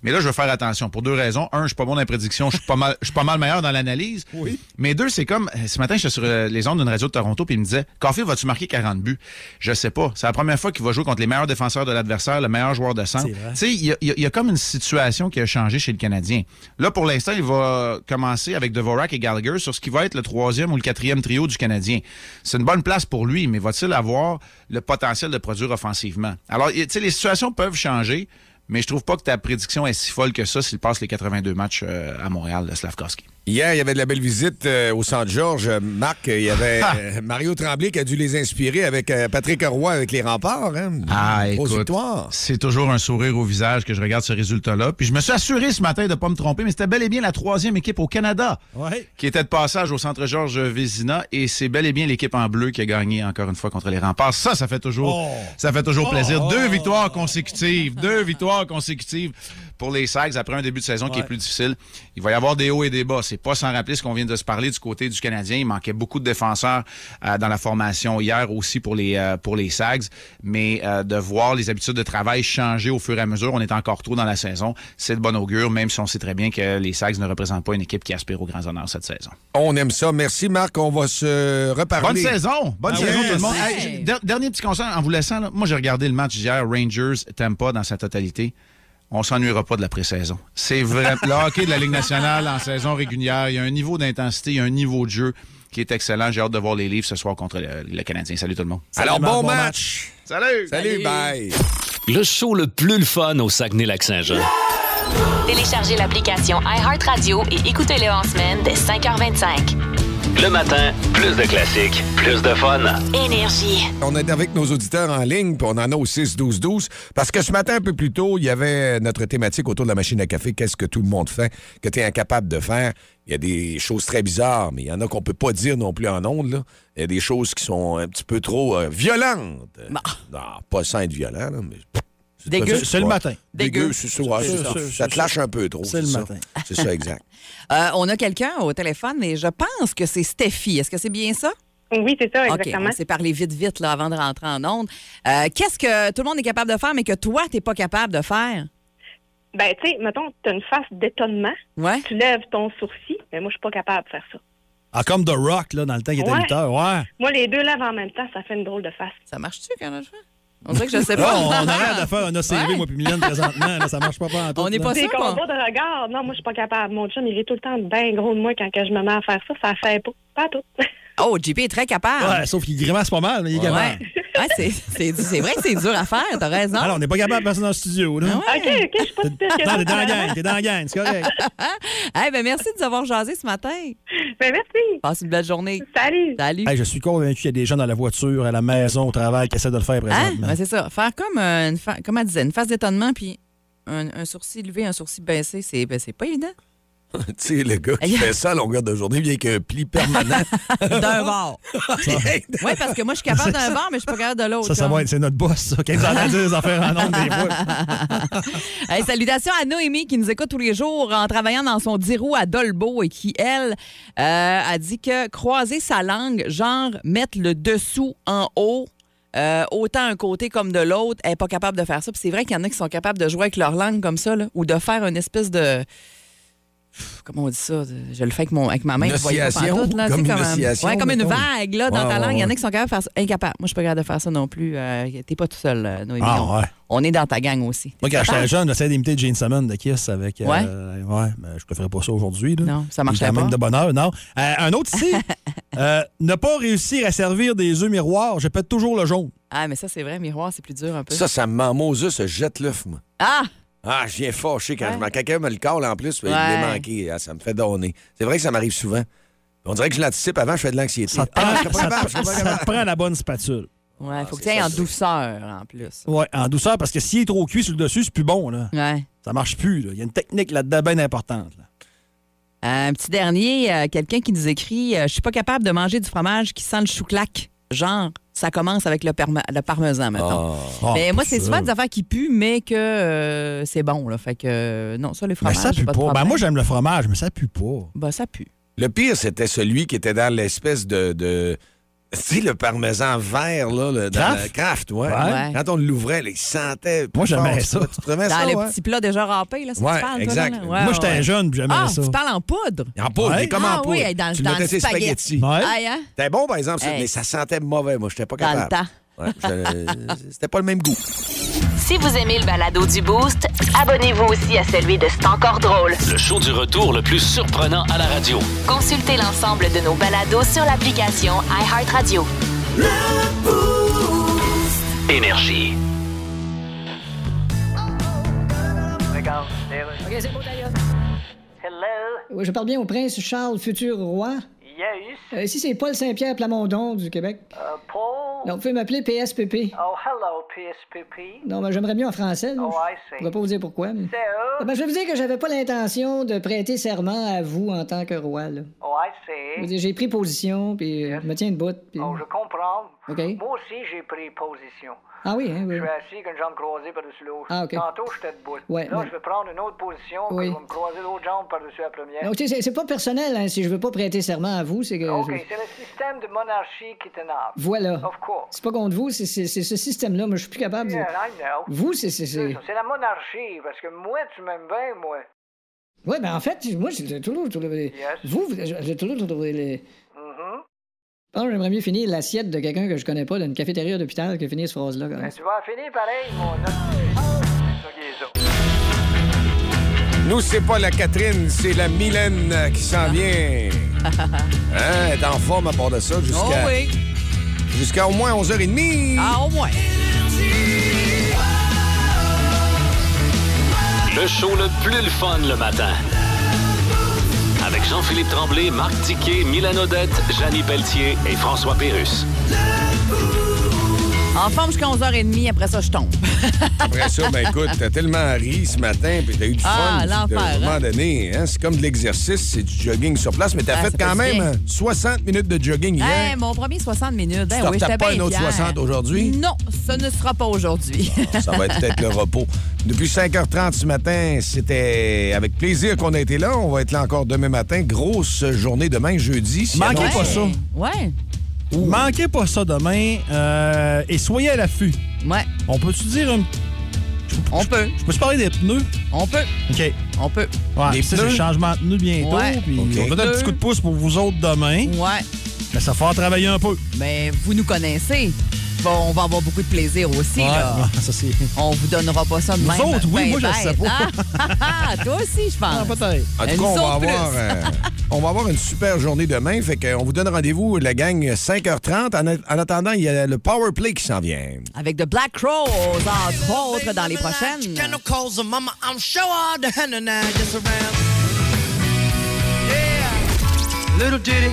Speaker 18: Mais là, je veux faire attention pour deux raisons. Un, je suis pas bon dans la prédiction. Je suis pas mal, je suis pas mal meilleur dans l'analyse.
Speaker 5: Oui.
Speaker 18: Mais deux, c'est comme euh, ce matin, j'étais sur euh, les ondes d'une radio de Toronto, puis il me disait Caulfield, vas-tu marquer 40 buts Je sais pas. C'est la première fois qu'il va jouer contre les meilleurs défenseurs de l'adversaire, le meilleur joueur de centre.
Speaker 5: C'est vrai.
Speaker 18: Tu sais, il y, a- il y a- il y a comme une situation qui a changé chez le Canadien. Là, pour l'instant, il va commencer avec Devorak et Gallagher sur ce qui va être le troisième ou le quatrième trio du Canadien. C'est une bonne place pour lui, mais va-t-il avoir le potentiel de produire offensivement Alors, il- tu sais, les situations peuvent changer. Mais je trouve pas que ta prédiction est si folle que ça s'il passe les 82 matchs euh, à Montréal de Slavkovski.
Speaker 3: Hier, il y avait de la belle visite euh, au Centre-Georges. Euh, Marc, il y avait
Speaker 18: Ah!
Speaker 3: euh, Mario Tremblay qui a dû les inspirer avec euh, Patrick Roy avec les remparts. hein.
Speaker 18: Ah,
Speaker 3: Grosse
Speaker 18: écoute,
Speaker 3: victoire.
Speaker 18: c'est toujours un sourire au visage que je regarde ce résultat-là. Puis je me suis assuré ce matin de ne pas me tromper, mais c'était bel et bien la troisième équipe au Canada qui était de passage au centre Georges Vézina. Et c'est bel et bien l'équipe en bleu qui a gagné encore une fois contre les remparts. Ça, ça fait toujours,
Speaker 5: Oh.
Speaker 18: ça fait toujours plaisir.
Speaker 5: Oh.
Speaker 18: Deux victoires consécutives. deux victoires consécutives pour les Sags après un début de saison qui est
Speaker 5: Ouais.
Speaker 18: plus difficile. Il va y avoir des hauts et des bas. C'est pas sans rappeler ce qu'on vient de se parler du côté du Canadien. Il manquait beaucoup de défenseurs euh, dans la formation hier aussi pour les, euh, pour les Sags. Mais euh, de voir les habitudes de travail changer au fur et à mesure, on est encore trop dans la saison. C'est de bon augure, même si on sait très bien que les Sags ne représentent pas une équipe qui aspire aux grands honneurs cette saison.
Speaker 3: On aime ça. Merci, Marc. On va se reparler.
Speaker 18: Bonne saison! Bonne
Speaker 3: Ah
Speaker 18: saison,
Speaker 3: oui,
Speaker 18: tout le monde.
Speaker 3: merci.
Speaker 18: Hey, je- der- dernier petit conseil en vous laissant. là. Moi, j'ai regardé le match hier, Rangers-Tampa dans sa totalité. On s'ennuiera pas de la pré-saison. C'est vrai. le hockey de la Ligue nationale en saison régulière, il y a un niveau d'intensité, il y a un niveau de jeu qui est excellent. J'ai hâte de voir les livres ce soir contre le, le Canadien. Salut tout le monde.
Speaker 3: Alors, bon,
Speaker 18: match.
Speaker 3: match.
Speaker 18: Salut!
Speaker 3: Salut, bye!
Speaker 2: Le show le plus le fun au Saguenay-Lac-Saint-Jean.
Speaker 1: Téléchargez l'application iHeartRadio et écoutez-le en semaine dès 5h25.
Speaker 2: Le matin, plus de classiques, plus de fun.
Speaker 1: Énergie.
Speaker 3: On est avec nos auditeurs en ligne, puis on en a au 6-12-12. Parce que ce matin, un peu plus tôt, il y avait notre thématique autour de la machine à café. Qu'est-ce que tout le monde fait, que tu es incapable de faire? Il y a des choses très bizarres, mais il y en a qu'on peut pas dire non plus en ondes. là. Il y a des choses qui sont un petit peu trop euh, violentes. Non, pas sans être violent, là, mais... c'est
Speaker 4: Dégueu.
Speaker 3: pas ça,
Speaker 4: C'est le
Speaker 3: ouais.
Speaker 4: matin.
Speaker 3: Dégueu,
Speaker 4: Dégueu.
Speaker 3: c'est ça, ouais,
Speaker 4: C'est
Speaker 3: c'est
Speaker 4: ça,
Speaker 3: ça.
Speaker 4: c'est
Speaker 3: Ça te lâche un peu trop.
Speaker 4: C'est le
Speaker 3: ça.
Speaker 4: matin.
Speaker 3: C'est ça, exact.
Speaker 4: Euh, on a quelqu'un au téléphone, mais je pense que c'est Stéphie. Est-ce que c'est bien ça?
Speaker 12: Oui, c'est ça,
Speaker 4: OK,
Speaker 12: exactement.
Speaker 4: on s'est parlé vite, vite, là, avant de rentrer en onde. Euh, Qu'est-ce que tout le monde est capable de faire, mais que toi, t'es pas capable de faire?
Speaker 12: Ben, tu sais, mettons, tu as une face d'étonnement.
Speaker 4: Ouais.
Speaker 12: Tu lèves ton sourcil, mais moi, je suis pas capable de faire ça.
Speaker 5: Ah, comme The Rock, là, dans le temps qu'il était
Speaker 12: Ouais.
Speaker 5: lutteur. Ouais.
Speaker 12: Moi, les deux lèvres en même temps, ça fait une drôle de face.
Speaker 4: Ça marche-tu quand on le fait? On dirait que je sais
Speaker 15: Ah,
Speaker 4: pas.
Speaker 5: Là, on, on arrête de faire un ACV, moi, puis Mylène, présentement. Là, ça marche pas, pas en tout.
Speaker 4: On n'est pas
Speaker 5: là.
Speaker 12: Des combats de regard. Non, moi, je suis pas capable. Mon chum, il est tout le temps bien gros de moi quand que je me mets à faire ça. Ça fait pas. Pas tout.
Speaker 4: Oh, JP est très capable.
Speaker 5: Ouais, sauf qu'il grimace pas mal, mais il est
Speaker 4: Ouais.
Speaker 5: capable.
Speaker 4: Ouais, c'est- c'est du- c'est vrai que c'est dur à faire, t'as raison. Ah
Speaker 5: Alors, on n'est pas capable de passer dans le studio, là.
Speaker 12: OK, OK, je suis pas tout à fait
Speaker 5: Non, t'es dans la
Speaker 12: capable.
Speaker 5: gang, t'es dans la gang, c'est correct.
Speaker 4: Eh ben, merci de nous avoir jasé ce matin.
Speaker 12: Ben, merci.
Speaker 4: Passe une belle journée.
Speaker 12: Salut.
Speaker 4: Salut.
Speaker 5: Hey, je suis convaincu qu'il y a des gens dans la voiture, à la maison, au travail, qui essaient de le faire
Speaker 4: Hein?
Speaker 5: présentement.
Speaker 4: Ben, c'est ça. Faire comme euh, une fa- comme elle disait, une face d'étonnement puis un, un sourcil levé, un sourcil baissé, c'est ben, c'est pas évident.
Speaker 3: tu sais, le gars qui fait ça à longueur de journée, il vient avec un pli permanent.
Speaker 4: D'un
Speaker 5: Ah.
Speaker 4: bord. oui, parce que moi, je suis capable d'un bord, mais je suis pas capable de l'autre.
Speaker 5: ça, ça va
Speaker 4: hein.
Speaker 5: être, c'est notre boss, ça, qui nous en a dit des affaires en nombre des
Speaker 4: Ah,
Speaker 5: fois.
Speaker 4: Hey, salutations à Noémie qui nous écoute tous les jours en travaillant dans son 10 roues à Dolbeau et qui, elle, euh, a dit que croiser sa langue, genre mettre le dessous en haut, euh, autant un côté comme de l'autre, elle n'est pas capable de faire ça. Puis c'est vrai qu'il y en a qui sont capables de jouer avec leur langue comme ça, là, ou de faire une espèce de. Pff, Comment on dit ça? de- Je le fais avec, mon, avec ma main. je voyais Ah, pas
Speaker 3: Nociation,
Speaker 4: pantoute, là,
Speaker 3: comme
Speaker 4: tu sais,
Speaker 3: une nociation,
Speaker 4: ouais, comme une
Speaker 3: mettons.
Speaker 4: vague là, dans
Speaker 3: Ouais,
Speaker 4: ta
Speaker 3: ouais,
Speaker 4: langue. Il y en a
Speaker 3: ouais.
Speaker 4: qui sont capables de faire ça. Incapable. Moi, je suis pas capable de faire ça non plus. Euh, T'es pas tout seul, euh, Noémie.
Speaker 5: Ah,
Speaker 4: On-
Speaker 5: ouais.
Speaker 4: on est dans ta gang aussi.
Speaker 5: Moi, quand j'étais jeune, j'essayais d'imiter Gene Simmons de Kiss avec. euh,
Speaker 4: Ouais.
Speaker 5: ouais, mais je ne ferais pas ça aujourd'hui. Non,
Speaker 4: ça marchait pas.
Speaker 5: de bonheur, non. Euh, un autre ici, euh, ne pas réussir à servir des œufs miroirs, je pète toujours le jaune.
Speaker 4: Ah, mais ça, c'est vrai, miroir, c'est plus dur un peu.
Speaker 3: Ça, ça me ment. Moses se jette l'œuf, moi.
Speaker 4: Ah!
Speaker 3: Ah, je viens fâché quand
Speaker 4: Ouais.
Speaker 3: je m'en. Quelqu'un me le colle en plus, puis
Speaker 4: Ouais.
Speaker 3: il l'ai manqué. Ah, ça me fait donner. C'est vrai que ça m'arrive souvent. On dirait que je l'anticipe avant, je fais de l'anxiété.
Speaker 5: Ça te prend,
Speaker 3: Ah, je serais pas
Speaker 5: ça te-
Speaker 3: capable, je serais pas
Speaker 5: ça te
Speaker 3: capable.
Speaker 5: prend la bonne spatule.
Speaker 4: Ouais,
Speaker 5: Ah,
Speaker 4: faut que tu ailles en douceur en plus.
Speaker 5: Ouais, en douceur, parce que s'il est trop cuit sur le dessus, c'est plus bon. Là.
Speaker 4: Ouais.
Speaker 5: Ça marche plus. là. Il y a une technique là-dedans bien importante. là.
Speaker 4: Un petit dernier, euh, quelqu'un qui nous écrit euh, Je suis pas capable de manger du fromage qui sent le chou-clac. Genre, ça commence avec le, perma- le parmesan, mettons.
Speaker 5: Ah.
Speaker 4: mais
Speaker 5: Ah,
Speaker 4: moi,
Speaker 5: pas
Speaker 4: c'est
Speaker 5: ça.
Speaker 4: souvent des affaires qui puent, mais que euh, c'est bon, là. Fait que, euh, non, ça, les
Speaker 5: Mais
Speaker 4: fromages.
Speaker 5: ça pue
Speaker 4: pas.
Speaker 5: pas.
Speaker 4: de problème.
Speaker 5: Ben, moi, j'aime le fromage, mais ça pue pas.
Speaker 4: Ben, ça pue.
Speaker 3: Le pire, c'était celui qui était dans l'espèce de. de- Tu sais, le parmesan vert, là, le, dans
Speaker 5: Kraft?
Speaker 3: le craft, ouais.
Speaker 5: Ouais.
Speaker 3: Quand on l'ouvrait, là, il sentait. plus
Speaker 5: Moi, j'aimais
Speaker 3: fort.
Speaker 5: ça.
Speaker 3: Tu te remets
Speaker 4: Dans
Speaker 3: ça,
Speaker 4: les
Speaker 3: ouais?
Speaker 4: petits plats déjà râpés, là, ça
Speaker 3: Ouais,
Speaker 4: tu parles, toi,
Speaker 3: exact.
Speaker 4: là, là?
Speaker 5: Moi, j'étais jeune, puis j'aimais
Speaker 4: ah,
Speaker 5: ça.
Speaker 4: Tu parles en poudre.
Speaker 3: En poudre, il est comme
Speaker 4: ah,
Speaker 3: en poudre.
Speaker 4: oui, hey, dans,
Speaker 3: tu
Speaker 4: dans
Speaker 3: l'as
Speaker 4: le
Speaker 3: testé spaghetti.
Speaker 4: spaghetti. Aïe, hein?
Speaker 3: C'était bon, par exemple, ça,
Speaker 4: Hey.
Speaker 3: mais ça sentait mauvais. Moi, j'étais pas
Speaker 4: Dans
Speaker 3: capable.
Speaker 4: le temps.
Speaker 3: Ouais, je- c'était pas le même goût.
Speaker 1: Si vous aimez le balado du Boost, abonnez-vous aussi à celui de C'est encore drôle.
Speaker 2: Le show du retour le plus surprenant à la radio.
Speaker 1: Consultez l'ensemble de nos balados sur l'application iHeartRadio.
Speaker 2: Énergie.
Speaker 10: Regarde,
Speaker 6: Eh
Speaker 11: OK, c'est bon, d'ailleurs. Oui, je parle bien au prince Charles, futur roi.
Speaker 10: Yes.
Speaker 11: Euh, ici, c'est Paul Saint-Pierre Plamondon du Québec.
Speaker 10: Euh, Paul.
Speaker 11: Non, vous pouvez m'appeler PSPP.
Speaker 10: Oh, hello, PSPP.
Speaker 11: Non, mais j'aimerais mieux en français. là.
Speaker 10: Oh, I see.
Speaker 11: Je pourrais pas vous dire pourquoi. mais-
Speaker 10: C'est eux.
Speaker 11: Ah, ben, je vais vous dire que j'avais pas l'intention de prêter serment à vous en tant que roi. là.
Speaker 10: Oh, I
Speaker 11: Je
Speaker 10: see.
Speaker 11: veux dire, J'ai pris position, puis euh, je me tiens une botte. puis-
Speaker 10: Oh, je comprends.
Speaker 11: OK.
Speaker 10: Moi aussi, j'ai pris position.
Speaker 11: Ah oui, hein, oui.
Speaker 10: Je suis assis avec une jambe croisée par-dessus l'autre.
Speaker 11: Ah, OK.
Speaker 10: Tantôt, j'étais debout.
Speaker 11: Ouais,
Speaker 10: Là,
Speaker 11: ouais.
Speaker 10: je vais prendre une autre position, puis
Speaker 11: Oui.
Speaker 10: je vais me croiser l'autre jambe par-dessus la première.
Speaker 11: Donc, tu sais, c'est- c'est pas personnel, hein, si je veux pas prêter serment à vous, c'est que...
Speaker 10: OK,
Speaker 11: c'est-
Speaker 10: c'est le système de monarchie qui t'énerve.
Speaker 11: Voilà.
Speaker 10: Of course.
Speaker 11: C'est pas contre vous, c'est c'est- c'est ce système-là, mais je suis plus capable de...
Speaker 10: Yeah, I know.
Speaker 11: Vous, c'est... c'est-
Speaker 10: C'est
Speaker 11: c'est-
Speaker 10: ça, c'est la monarchie, parce que moi, tu m'aimes bien, moi.
Speaker 11: Oui, ben en fait, moi, j'ai toujours trouvé. Vous, vous- j'ai toujours trouvé les.
Speaker 10: Mhm.
Speaker 11: Ah, j'aimerais mieux finir l'assiette de quelqu'un que je connais pas, d'une cafétéria d'hôpital, que finir cette phrase-là. quand même.
Speaker 10: Mais tu vas finir pareil, mon homme. Ah, C'est ça qui est ça.
Speaker 3: Nous, c'est pas la Catherine, c'est la Mylène euh, qui
Speaker 4: Ah.
Speaker 3: s'en vient. Hein, elle est en forme à part de ça jusqu'à
Speaker 4: Oh oui.
Speaker 3: jusqu'à au moins 11h30.
Speaker 4: Ah, au moins.
Speaker 2: Le show le plus le fun le matin. Avec Jean-Philippe Tremblay, Marc Tiquet, Milan Odette, Janine Pelletier et François Pérus.
Speaker 4: En forme jusqu'à 11h30, après ça, je tombe.
Speaker 3: Après ça, ben écoute, t'as tellement ri ce matin, puis t'as eu du
Speaker 4: Ah,
Speaker 3: fun. puis t'as-
Speaker 4: l'enfer,
Speaker 3: À un moment
Speaker 4: hein?
Speaker 3: donné, hein, c'est comme de l'exercice, c'est du jogging sur place, mais t'as
Speaker 4: Ah,
Speaker 3: fait
Speaker 4: ça
Speaker 3: quand
Speaker 4: fait du
Speaker 3: même
Speaker 4: bien.
Speaker 3: hein, 60 minutes de jogging hier.
Speaker 4: Hey, mon premier 60 minutes.
Speaker 3: Tu
Speaker 4: hein,
Speaker 3: t'en
Speaker 4: oui,
Speaker 3: retapes
Speaker 4: j'étais
Speaker 3: pas
Speaker 4: bien
Speaker 3: un autre
Speaker 4: fière.
Speaker 3: 60 aujourd'hui? Ah,
Speaker 4: Non, ce ne sera pas aujourd'hui.
Speaker 3: Ça va être peut-être le repos. Depuis 5h30 ce matin, c'était avec plaisir qu'on a été là. On va être là encore demain matin. Grosse journée demain, jeudi. S'il y a
Speaker 5: Manquez
Speaker 3: non-
Speaker 5: pas ça.
Speaker 4: Ouais.
Speaker 5: Manquez pas ça demain euh, et soyez à l'affût.
Speaker 4: Ouais.
Speaker 5: On peut-tu dire un...
Speaker 4: On peut.
Speaker 5: Je peux-tu parler des pneus?
Speaker 4: On peut.
Speaker 5: OK.
Speaker 4: On peut.
Speaker 5: Ouais,
Speaker 3: Des
Speaker 5: puis ça, c'est le
Speaker 3: pneus?
Speaker 5: changement de pneus bientôt.
Speaker 4: Ouais.
Speaker 5: Puis
Speaker 3: OK.
Speaker 5: On donne un petit coup de pouce pour vous autres demain.
Speaker 4: Ouais.
Speaker 5: Mais ça va falloir travailler un peu.
Speaker 4: Mais vous nous connaissez. Bon, on va avoir beaucoup de plaisir aussi.
Speaker 5: Ouais,
Speaker 4: Là.
Speaker 5: ouais, ça, c'est...
Speaker 4: On vous donnera pas ça de
Speaker 5: Nous
Speaker 4: même.
Speaker 5: autres, oui,
Speaker 4: ben
Speaker 5: moi, je le sais
Speaker 4: bête.
Speaker 5: pas.
Speaker 4: Ah, ah, toi aussi, je pense.
Speaker 5: peut-être.
Speaker 3: En
Speaker 4: Nous
Speaker 3: tout cas, on va,
Speaker 4: autres plus.
Speaker 3: avoir, euh, on va avoir une super journée demain. Fait qu'on vous donne rendez-vous, la gang, euh, 5h30. En, a- en attendant, il y a le Power Play qui s'en vient.
Speaker 4: Avec The Black Crows, entre autres, dans les prochaines.
Speaker 19: Candle calls her mama. I'm sure all the henna now just around. Yeah. Little ditty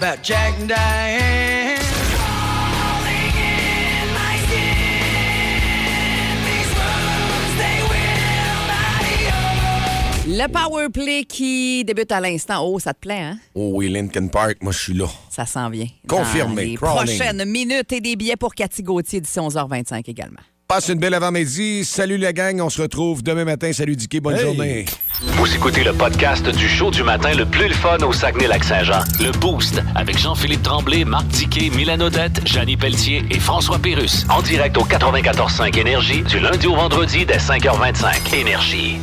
Speaker 19: about Jack and Diane.
Speaker 4: Le Power Play qui débute à l'instant. Oh, ça te plaît, hein?
Speaker 3: Oh oui, Lincoln Park, moi, je suis là.
Speaker 4: Ça s'en vient.
Speaker 3: Confirmé,
Speaker 4: Dans les
Speaker 3: crawling.
Speaker 4: prochaines minutes et des billets pour Cathy Gauthier d'ici 11h25 également.
Speaker 3: Passe une belle avant-midi. Salut, la gang. On se retrouve demain matin. Salut, Dicky. Bonne journée.
Speaker 2: Vous écoutez le podcast du show du matin le plus le fun au Saguenay-Lac-Saint-Jean. Le Boost avec Jean-Philippe Tremblay, Marc Tiquet, Milan Odette, Janine Pelletier et François Pérus. En direct au 94.5 Énergie du lundi au vendredi dès 5h25. Énergie.